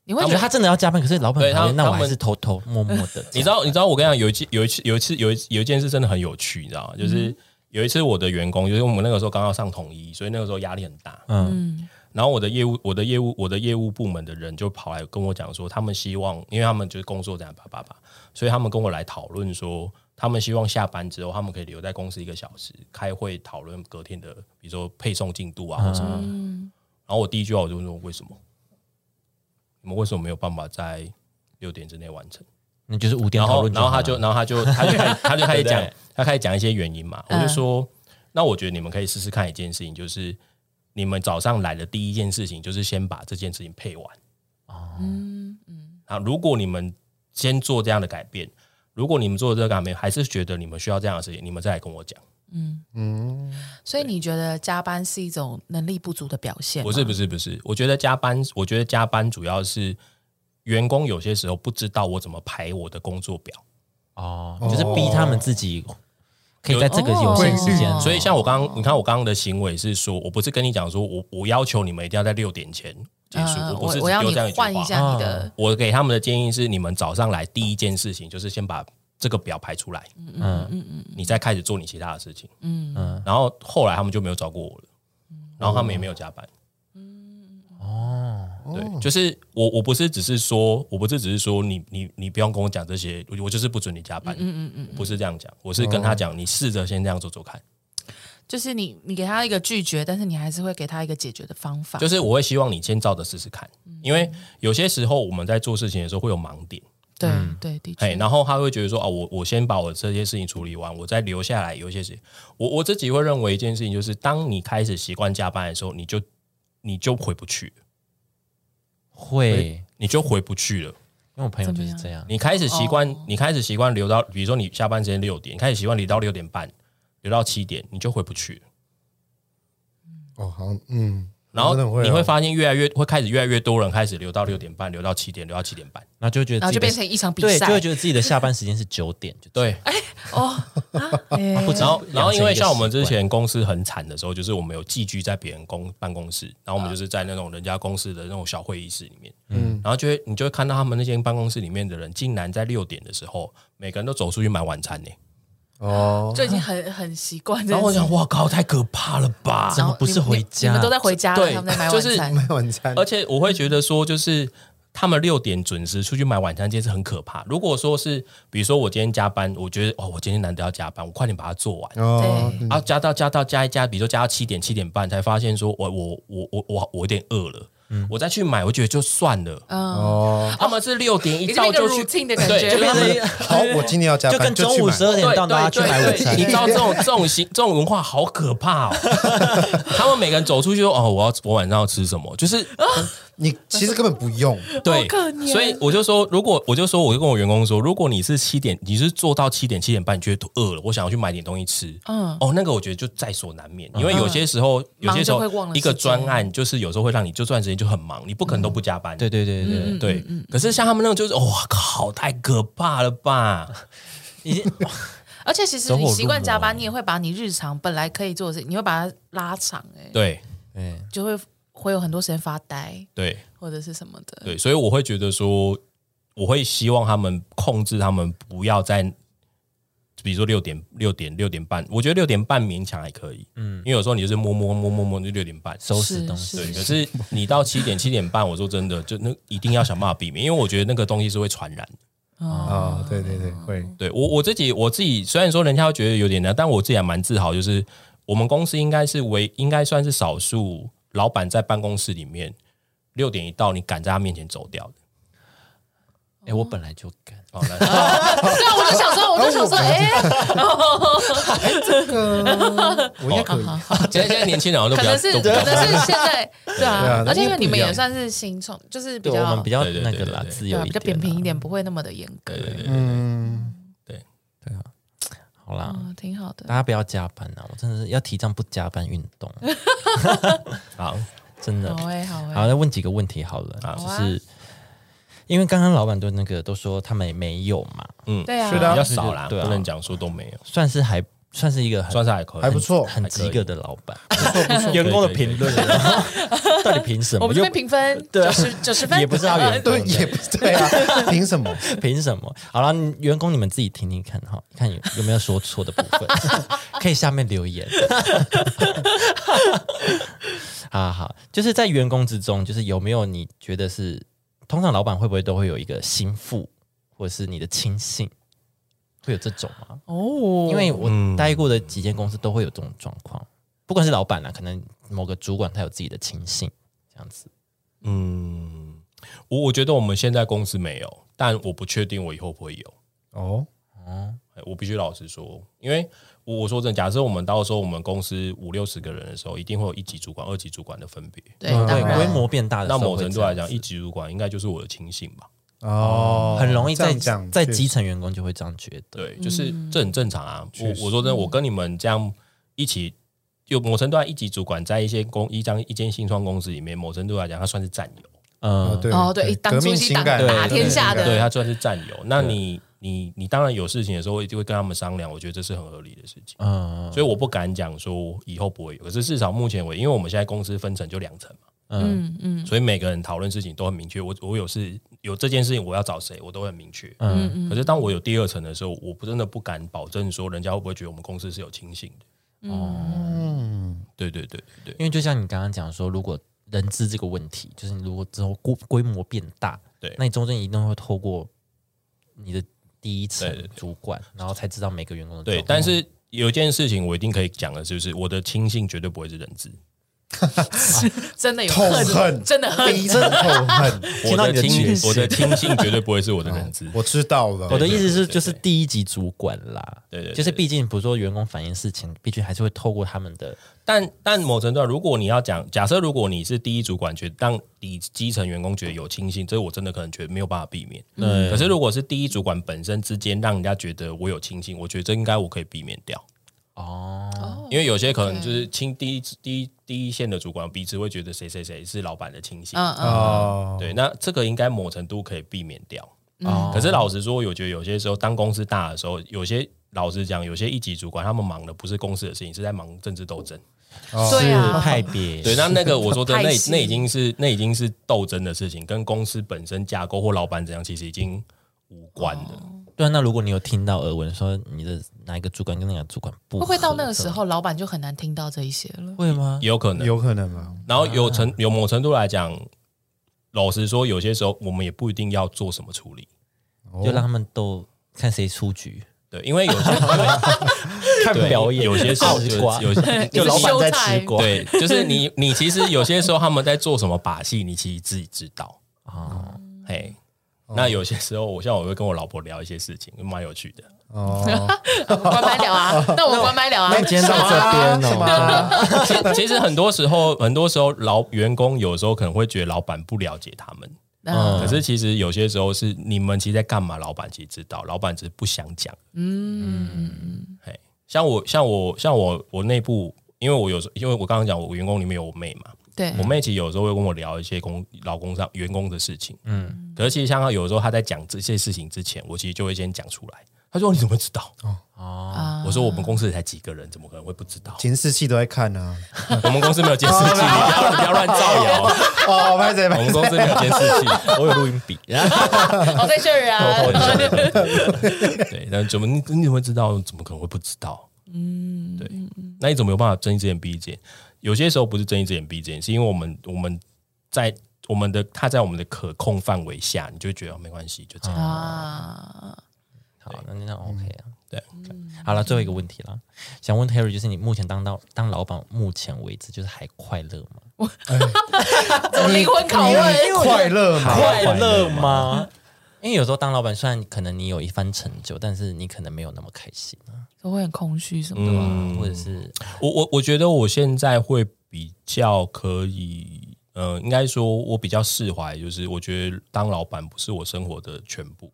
你会
我
觉
觉得
得
他真的要加班，可是老板
对
讨厌，
他
那我
他
还
们
是偷偷摸摸的。
你知道，你知道我跟你讲，有一次，有一次，有一次，有一有一件事真的很有趣，你知道吗？就是
嗯
有一次我的员工，就是我们那个时候刚要上统一，所以那个时候压力很大。
嗯
然后我的业务，我的业务，我的业务部门的人就跑来跟我讲说，他们希望，因为他们就是工作这样，叭叭叭，所以他们跟我来讨论说，他们希望下班之后，他们可以留在公司一个小时开会讨论隔天的，比如说配送进度啊或什么。
嗯
然后我第一句话我就问说，为什么？你们为什么没有办法在六点之内完成？
那就是五点
然
讨
后
论
然后
好
他
了
就然后他就他就开始他就开始
对
讲
不对
他开始讲一些原因嘛，我
嗯
就说，那我觉得你们可以试试看一件事情，就是你们早上来的第一件事情就是先把这件事情配完
嗯嗯
啊。如果你们先做这样的改变，如果你们做这个改变还是觉得你们需要这样的事情，你们再来跟我讲。
嗯，
嗯，
所以你觉得加班是一种能力不足的表现吗？
不是不是不是，我觉得加班，我觉得加班主要是员工有些时候不知道我怎么排我的工作表。
哦，就是逼他们自己可以在这个
有
有限时
哦
间，
所以像我刚刚，你看我刚刚的行为是说，我不是跟你讲说我我要求你们一定要在六点前结束，
呃
不
我
是
我要
有
你
这样一句
换一
话。啊
下你的
我给他们的建议是，你们早上来第一件事情就是先把这个表排出来，
嗯嗯
你再开始做你其他的事情。嗯嗯。然后后来他们就没有找过我了，然后他们也没有加班。
嗯
哦，对，就是我，我不是只是说，我不是只是说你，你，你不用跟我讲这些，我我就是不准你加班，嗯嗯嗯，不是这样讲，我是跟他讲，你试着先这样做做看，
就是你你给他一个拒绝，但是你还是会给他一个解决的方法。
就是我会希望你先照着试试看，因为有些时候我们在做事情的时候会有盲点，
对、对，的确
哎，，然后他会觉得说啊，我我先把我这些事情处理完，我再留下来有一些事情。我我自己会认为一件事情就是，当你开始习惯加班的时候，你就你就回不去了，
会，因
你就回不去了。
为我朋友就是
怎么样
这样，
你开始习惯，你开始习惯留到，比如说你下班时间六点，你开始习惯留到六点半，留到七点，你就回不去了。
哦，好像，嗯，
然后
真的
你
哦
会发现越来越会开始越来越多人开始留到六点半，留到七点，留到七点半。
然后就会觉
然
得自
后
己
就
的
变成一场比
对，就
赛
会觉得自己的下班时间是九点，就
对，
哦。 啊哎
不知
然
道
后，嗯然后因为像我们
养成
之
一个习惯
前公司很惨的时候，就是我们有寄居在别人公办公室，然后我们就是在那种人家公司的那种小会议室里面，嗯，然后就会你就会看到他们那间办公室里面的人，竟然在六点的时候，每个人都走出去买晚餐呢、
哦，
就 已经很很习惯这
然
件
后我
事。
想，哇靠，太可怕了吧！
怎
然
么
后
不
你
是
们
回
你
家
你们都在回家了，
对
他们在买
就
晚
是
餐。
买 晚餐，
而且我会觉得说，就是他们六点准时出去买晚餐，这件事很可怕。如果说是，比如说我今天加班，我觉得哦，我今天难得要加班，我快点把它做完。
哦，
对
嗯
啊，加到加到加一加，比如说加到七点七点半，才发现说我我我我我我有点饿了，我再去买，我觉得就算了。
哦，
他们是六点一
嗯已经
到
一个
就去，
routine 的感
对
觉
就变成
了
好，我今天要加
就
班，
跟
就
中
去
午
买
十。二点到大家去买午餐
对对对，你知道这种这种行这种文化好可怕哦！ 他们每个人走出去说：“哦，我要我晚上要吃什么？”就是
你其实根本不用，
对
可怜，
所以我就说，如果我就说，我就跟我员工说，如果你是七点，你是做到七点七点半，你觉得饿了，我想要去买点东西吃，
嗯
哦，那个我觉得就在所难免，因为有些时候，有些时候
忙就会忘了
一个
时间
专案就是有时候会让你就算时间就很忙，你不可能都不加班，嗯
对对对对对，
对。可是像他们那种就是，哇、靠，太可怕了吧？
已经
而且其实
走火
你
入
习惯加
魔
班，你也会把你日常本来可以做的事，情，你会把它拉长、哎，
对
对
就会会有很多时间发呆
对
或者是什么的。
对，所以我会觉得说，我会希望他们控制他们不要在。比如说六点六点六点半，我觉得六点半勉强还可以，嗯，因为有时候你就是摸摸摸摸摸就六点半，
收拾东
是
西，
对，可是你到七点七点半，我说真的，就那一定要想办法避免，因为我觉得那个东西是会传染的。
哦，对对对，会，
对我我自己我自己虽然说人家会觉得有点难，但我自己还蛮自豪，就是我们公司应该是唯应该算是少数老板在办公室里面六点一到，你赶在他面前走掉的。
哎，我本来就敢，
好 来
对啊，我就想说，我就想说， 哎、
哦
我应该可以，
哦现在现在年轻人好像
可
都比较
能是
都
可
比较
能是现在对
对
啊
啊，
而且因为
那不
你们
一样
也算是新创，就是比
对我
较
们比较
对对
那
对
个
对
啦，
对
自
对啊
由
比
一
较扁
点啦，
平一点，不会那么的严格。
嗯，
好啦。
嗯，挺好
大
的。
家不要加班啊！我真的是要提倡不加班运动，啊
好，
真的。
好哎、好哎、
好，再问几个问题好了，
好
就
啊
是因为刚刚老板对那个都说他们没有嘛，
嗯，
对啊，
是的
比
啊
较少啦，
对啊
不能讲说都没有，
算是还算是一个很
算是还可以，
还不错
很及格的老板，员
员
工
工
的
的
评
评
论到底凭什
我
么？
们这边评分
对啊
九十九十分，
也不是他 原
对，也不对啊，凭什么？
凭什么？好了，你员工你们自己听听看哈，看有有没有说错的部分，可以下面留言。 好好，就是在员工之中，就是有没有你觉得是，通常老板会不会都会有一个心腹，或者是你的亲信，会有这种吗？
哦，
因为我
嗯
待过的几间公司都会有这种状况，不管是老板啊，可能某个主管他有自己的亲信，这样子。
嗯，我我觉得我们现在公司没有，但我不确定我以后会不会有。
哦，
哎我必须老实说，因为我我说真的，假设我们到时候我们公司五六十个人的时候，一定会有一级主管、二级主管的分别。
对，
嗯
当
对，规
然
模变大的时
那
候，
某程度来讲，一级主管应该就是我的亲信吧？
哦，
很容易
这
在
样讲
在
确
基
实
层员工就会这样觉得。
对，就是这很正常啊。我
确实
我说真的，我跟你们这样一起，有某程度来一级主管在一些公一张一间新创公司里面，某程度来讲，他算是战友。
哦
嗯，
对
哦对一党
革
初
命
期
情
党
感
打
天
下的
对他算是战友。那你你你当然有事情的时候，一定会跟他们商量，我觉得这是很合理的事情。
嗯
所以我不敢讲说以后不会有，可是至少目前为止，因为我们现在公司分成就两层嘛，
嗯
嗯嗯
所以每个人讨论事情都很明确。我我有事有这件事情，我要找谁，我都很明确。
嗯，
嗯
可是当我有第二层的时候，我不真的不敢保证说人家会不会觉得我们公司是有亲信的。哦
嗯，
嗯，
对对对对对
因为就像你刚刚讲说，如果人资这个问题，就是你如果之后规规模变大，
对
那你中间一定会透过你的第一层
对对对
主管，然后才知道每个员工的
对，
状况
但是有一件事情我一定可以讲的，就是我的亲信绝对不会是人 资，
真的有
痛恨
真的恨，
逼真痛恨，
听
我
到你的哦
亲
决
我的亲信绝对不会是 我的人资。
我知道了，
我的意思是，就是第一级主管啦，
对对对
就是毕竟比如说员工反映事情，毕竟还是会透过他们的
但但某程度上，如果你要讲，假设如果你是第一主管，觉得让底基层员工觉得有轻信，这我真的可能觉得没有办法避免。嗯，可是如果是第一主管本身之间，让人家觉得我有轻信，我觉得这应该我可以避免掉，
哦，
哦
因为有些可能就是亲第一第一第一线的主管彼此会觉得谁谁谁是老板的亲信。
嗯嗯，
哦，
对，那这个应该某程度可以避免掉。
嗯
哦
可是老实说，我觉得有些时候，当公司大的时候，有些老实讲，有些一级主管他们忙的不是公司的事情，是在忙政治斗争。
对
是
啊，
派别
对，那那个我说 的那
派系
那已经是那已经
哦
是斗争的事情，跟公司本身架构或老板怎样，其实已经无关的。
对啊，那如果你有听到耳闻说你的哪一个主管跟那个主管不
会
合，
不会到那个时候，老板就很难听到这一些了？
会吗？
也有可能。
有可能啊吗？
然后有程有某程度来讲，老实说，有些时候我们也不一定要做什么处理，
就让他们都看谁出局，
对，因为有些因为
看
对
表演，
有些时候
吃
就
瓜，
有些
你
就是
老板在
秀才
吃 瓜，
对，就是你你其实有些时候他们在做什么把戏，你其实自己知道。
啊，
嘿，
哦
那有些时候我像我会跟我老婆聊一些事情，蛮有趣的。
哦，
我们关麦聊啊，那我们关麦聊啊。
那你今天到这哦
边哦了吗？
其其实很多时候，很多时候老员工有时候可能会觉得老板不了解他们，
嗯
可是其实有些时候是你们其实在干嘛，老板其实知道，老板只是不想讲。嗯，嘿，像我像我像我我内部，因为我有时候因为我刚刚讲我员工里面有我妹嘛，
对，
我妹其实有时候会跟我聊一些工老工上员工的事情，嗯，可是其实像她有时候她在讲这些事情之前，我其实就会先讲出来。她说：“你怎么知道？”
啊
我说：“我们公司才几个人，怎么可能会不知道？
监视器都在 看啊。
我们公司没有监 视器，你不要不要乱造 谣。
哦，拍谁
我
拍
们公司没有监视器，我有录音笔。
我在这儿
偷偷
啊，
地 对，那怎么你你怎么会知道？怎么可能会不知道？嗯，对，那你怎么有办法睁一只眼闭一只眼？有些时候不是睁一只眼闭一只眼，是因为我们我们在我们的他在我们的可控范围下，你就会觉得、哦没关系，就这样。
啊，
好，那那 OK 啊，
对，
好了，最后一个问题了，想问 Terry，就是你目前当到当老板，目前为止就是还快乐吗？
怎么灵魂拷
你
问？
快乐吗？
乐吗？因为有时候当老板，虽然可能你有一番成就，但是你可能没有那么开心啊，
我会很空虚什么的吗？
嗯，
或者是
我我我觉得我现在会比较可以，呃，应该说我比较释怀，就是我觉得当老板不是我生活的全部。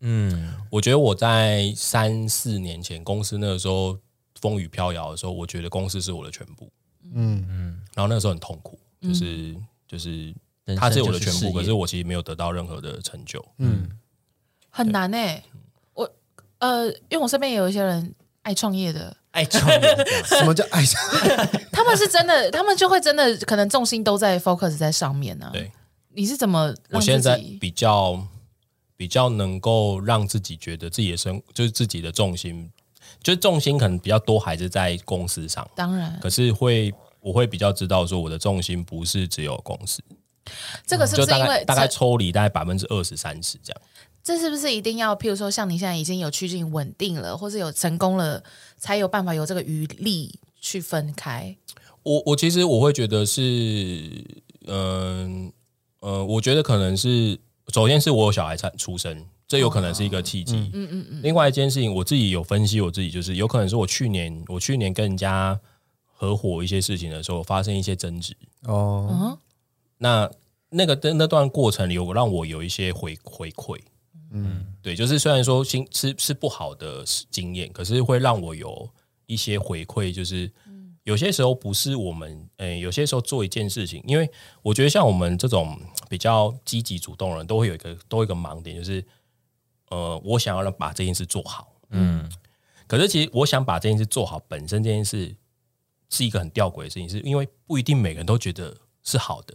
嗯
我觉得我在三四年前公司那个时候风雨飘摇的时候，我觉得公司是我的全部，
嗯，
嗯，
然后那个时候很痛苦，就是、
嗯
就是
人
他
生
是我
就
的
是
全
事
部，
业
可是我其实没有得到任何的成就。
嗯很难哎、我呃，因为我身边也有一些人爱创业的，
爱创业
什么叫爱 上？
他们是真的，他们就会真的可能重心都在 focus 在上面呢、啊。
对，
你是怎么
我
让自
现在
己？
比较比较能够让自己觉得自己的生就是自己的重心，就是重心可能比较多还是在公司上，
当然，
可是会我会比较知道说我的重心不是只有公司，
这个是不
就是大
因
概
为
大
这
概抽离大概百分之二十三十这样。
这是不是一定要，譬如说像你现在已经有趋近稳定了，或是有成功了，才有办法有这个余力去分开？
我我其实我会觉得是，嗯呃我觉得可能是，首先是我有小孩产出生，这有可能是一个契机。嗯嗯嗯。另外一件事情，我自己有分析，我自己就是有可能是我去年我去年跟人家合伙一些事情的时候，发生一些争执。
哦，
嗯，
那那个那那段过程里，有让我有一些回回馈。嗯，对，就是虽然说心是是不好的经验，可是会让我有一些回馈，就是有些时候不是我们，嗯、有些时候做一件事情，因为我觉得像我们这种比较积极主动的人，都会有一个都有一个盲点，就是呃，我想要让把这件事做好，
嗯
可是其实我想把这件事做好，本身这件事是一个很吊诡的事情，是因为不一定每个人都觉得是好的，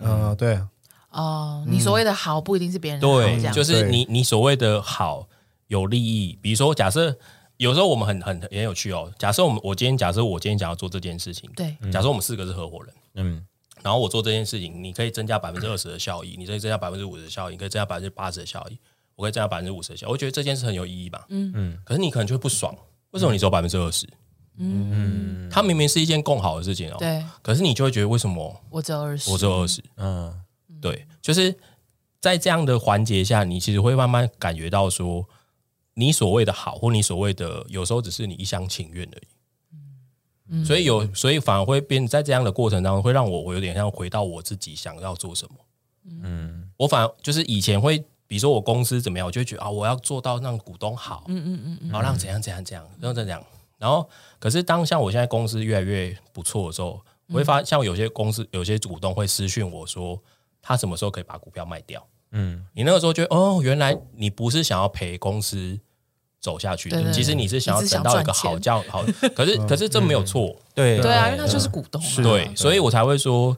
嗯，对啊，
哦，你所谓的好不一定是别人的好，这
对，
样
就是
对
你你所谓的好有利益，比如说假设有时候我们很很很有趣哦，假设我们我今天假设我今天想要做这件事情，
对，
假设我们四个是合伙人，
嗯
然后我做这件事情，你可以增加百分之二十的效益，你可以增加百分之五十的效益，你可以增加百分之八十的效益，我可以增加百分之五十的效益，我觉得这件事很有意义吧，嗯嗯，可是你可能就会不爽，为什么你只有百分之二十？嗯，它明明是一件更好的事情哦，
对
可是你就会觉得为什么
我只有二十
我，只有二十？
嗯，
对，就是在这样的环节下，你其实会慢慢感觉到说，你所谓的好，或你所谓的有时候只是你一厢情愿而已。所以有，所以反而会变在这样的过程当中，会让我我有点像回到我自己想要做什么。嗯，我反而就是以前会，比如说我公司怎么样，我就会觉得啊，我要做到让股东好，嗯嗯嗯然后让怎样怎样怎样，让怎样。然后，可是当像我现在公司越来越不错的时候，我会发像有些公司有些股东会私讯我说，他什么时候可以把股票卖掉？嗯，你那个时候觉得哦，原来你不是想要陪公司走下去
对
的，
对
其实你是想要
你是想
等到一
赚
个好教好，可是可是这没有错，
对
对啊，因为他嗯就是股东、啊，
对，所以我才会说，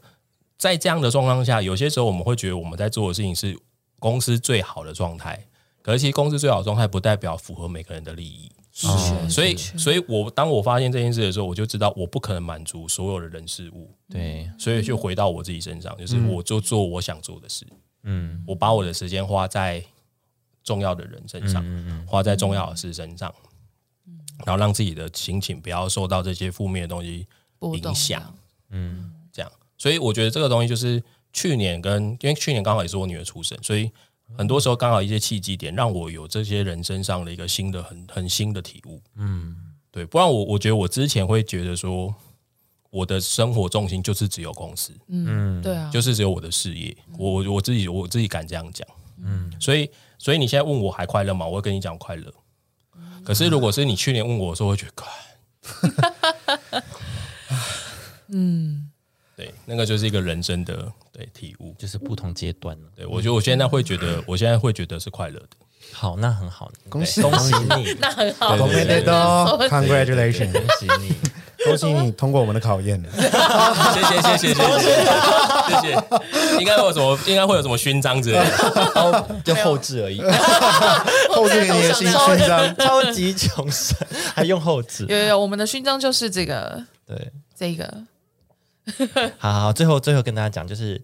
在这样的状况下，有些时候我们会觉得我们在做的事情是公司最好的状态，可是其实公司最好的状态不代表符合每个人的利益。
哦
所以，所以我当我发现这件事的时候，我就知道我不可能满足所有的人事物，
对，
所以就回到我自己身上，就是
嗯
我就做我想做的事，
嗯
我把我的时间花在重要的人身上，
嗯嗯
花在重要的事身上，然后让自己的心情不要受到这些负面的东西
波动
影响
到
嗯
这样。所以我觉得这个东西就是去年跟因为去年刚好也是我女儿出生，所以很多时候刚好一些契机点让我有这些人身上的一个新的很很新的体悟。
嗯
对，不然我我觉得我之前会觉得说，我的生活重心就是只有公司，
嗯，
对啊，
就是只有我的事业。我我我自己我自己敢这样讲，嗯，所以所以你现在问我还快乐吗？我会跟你讲快乐。可是如果是你去年问我的时候，我会觉得，干嗯，对，那个就是一个人生的对体悟。
就是不同阶段了。
对我觉得我现在会觉得，我现在会觉得是快乐的。
好，那很好，
恭喜
恭喜你，
那很好，
我们得到 congratulation，
恭喜你，
恭喜你通过我们的考验 了。
谢谢谢谢谢谢谢谢，应该会有什么应该会有什么勋章之类的。
就后置而已，
后置给你的新 勋 章，
超级穷神，还用后置，
有有有，我们的勋章就是这个
对。
这个，
好好，好最后最后跟大家讲，就是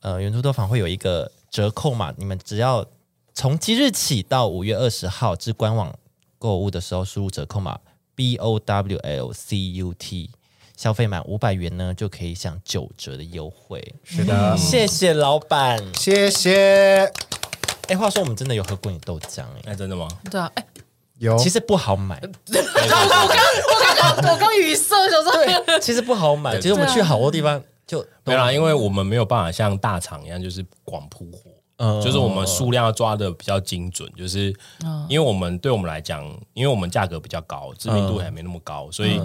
呃，圆珠豆坊会有一个折扣嘛，你们只要从即日起到五月二十号至官网购物的时候输入折扣码 B O W L C U T，消费满五百元呢就可以享九折的优惠。
是的，
谢谢老板。
谢谢。
哎、话说我们真的有喝过你豆浆哎、
哎，真的吗？
对啊，哎，
有，
其实不好买，
我刚语塞，想说
对，其实不好买。其实我们去好多地方
啊
就
没有啦，因为我们没有办法像大厂一样，就是广铺货，
嗯
就是我们数量要抓的比较精准，就是因为我们对我们来讲，因为我们价格比较高，知名度还没那么高，所以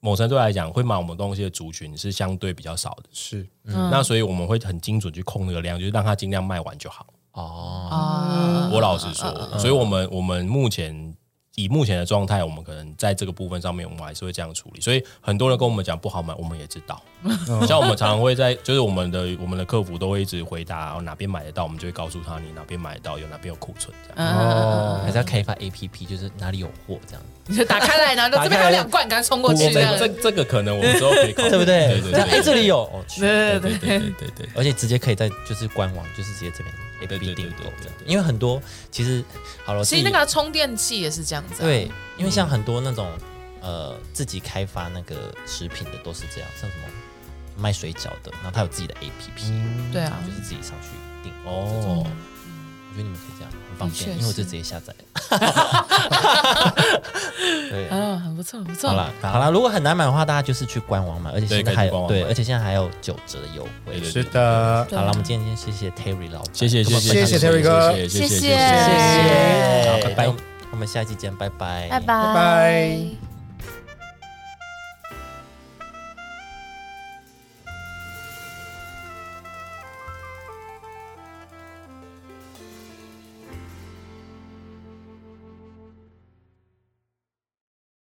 某程度来讲，会买我们东西的族群是相对比较少的。
是
嗯
嗯那所以我们会很精准去控那个量，就是让它尽量卖完就好。
哦，
啊，
我老实说，所以我们我们目前。以目前的状态，我们可能在这个部分上面，我们还是会这样处理。所以很多人跟我们讲不好买，我们也知道。像我们常常会在，就是我们的我们的客服都会一直回答、哦、哪边买得到，我们就会告诉他你哪边买得到，有哪边有库存这样。
嗯
还是要开发 A P P，就是哪里有货这样。
你 就打开来，然后这边还有两罐，赶快冲过去，这样
哦这这这个可能我们之后可以考虑，
对不对？
对对
这样哎，
对
这里有，哦，去
对对
对
对
对对对对。
而且直接可以在就是官网，就是直接这边 A
对
P P
对对
订购
对对
这样
对。
因为很多其实好了，
其
自
实
己
那个充电器也是这样子、啊，
对，因为像很多那种呃自己开发那个食品的都是这样，像什么卖水饺的，然后他有自己的 A P P，
对啊，
就是自己上去订。我
哦，
觉得你们可以这样，很方
的确
便，因为我就是直接下 载。对，
啊，很不错，很不错。
好啦，好啦，如果很难买的话，大家就是去官网买，而且
对
现在还
可以去官
有
网
对，
买
而且现在还有九折的优惠
对。对
是的，
对
好了，我们今天先谢谢 Terry 老板，
谢谢谢
谢谢 Terry 哥
谢谢
谢谢
谢谢
谢谢，
好
拜
拜
拜
拜。，
我们下期见，拜拜，
拜拜
拜拜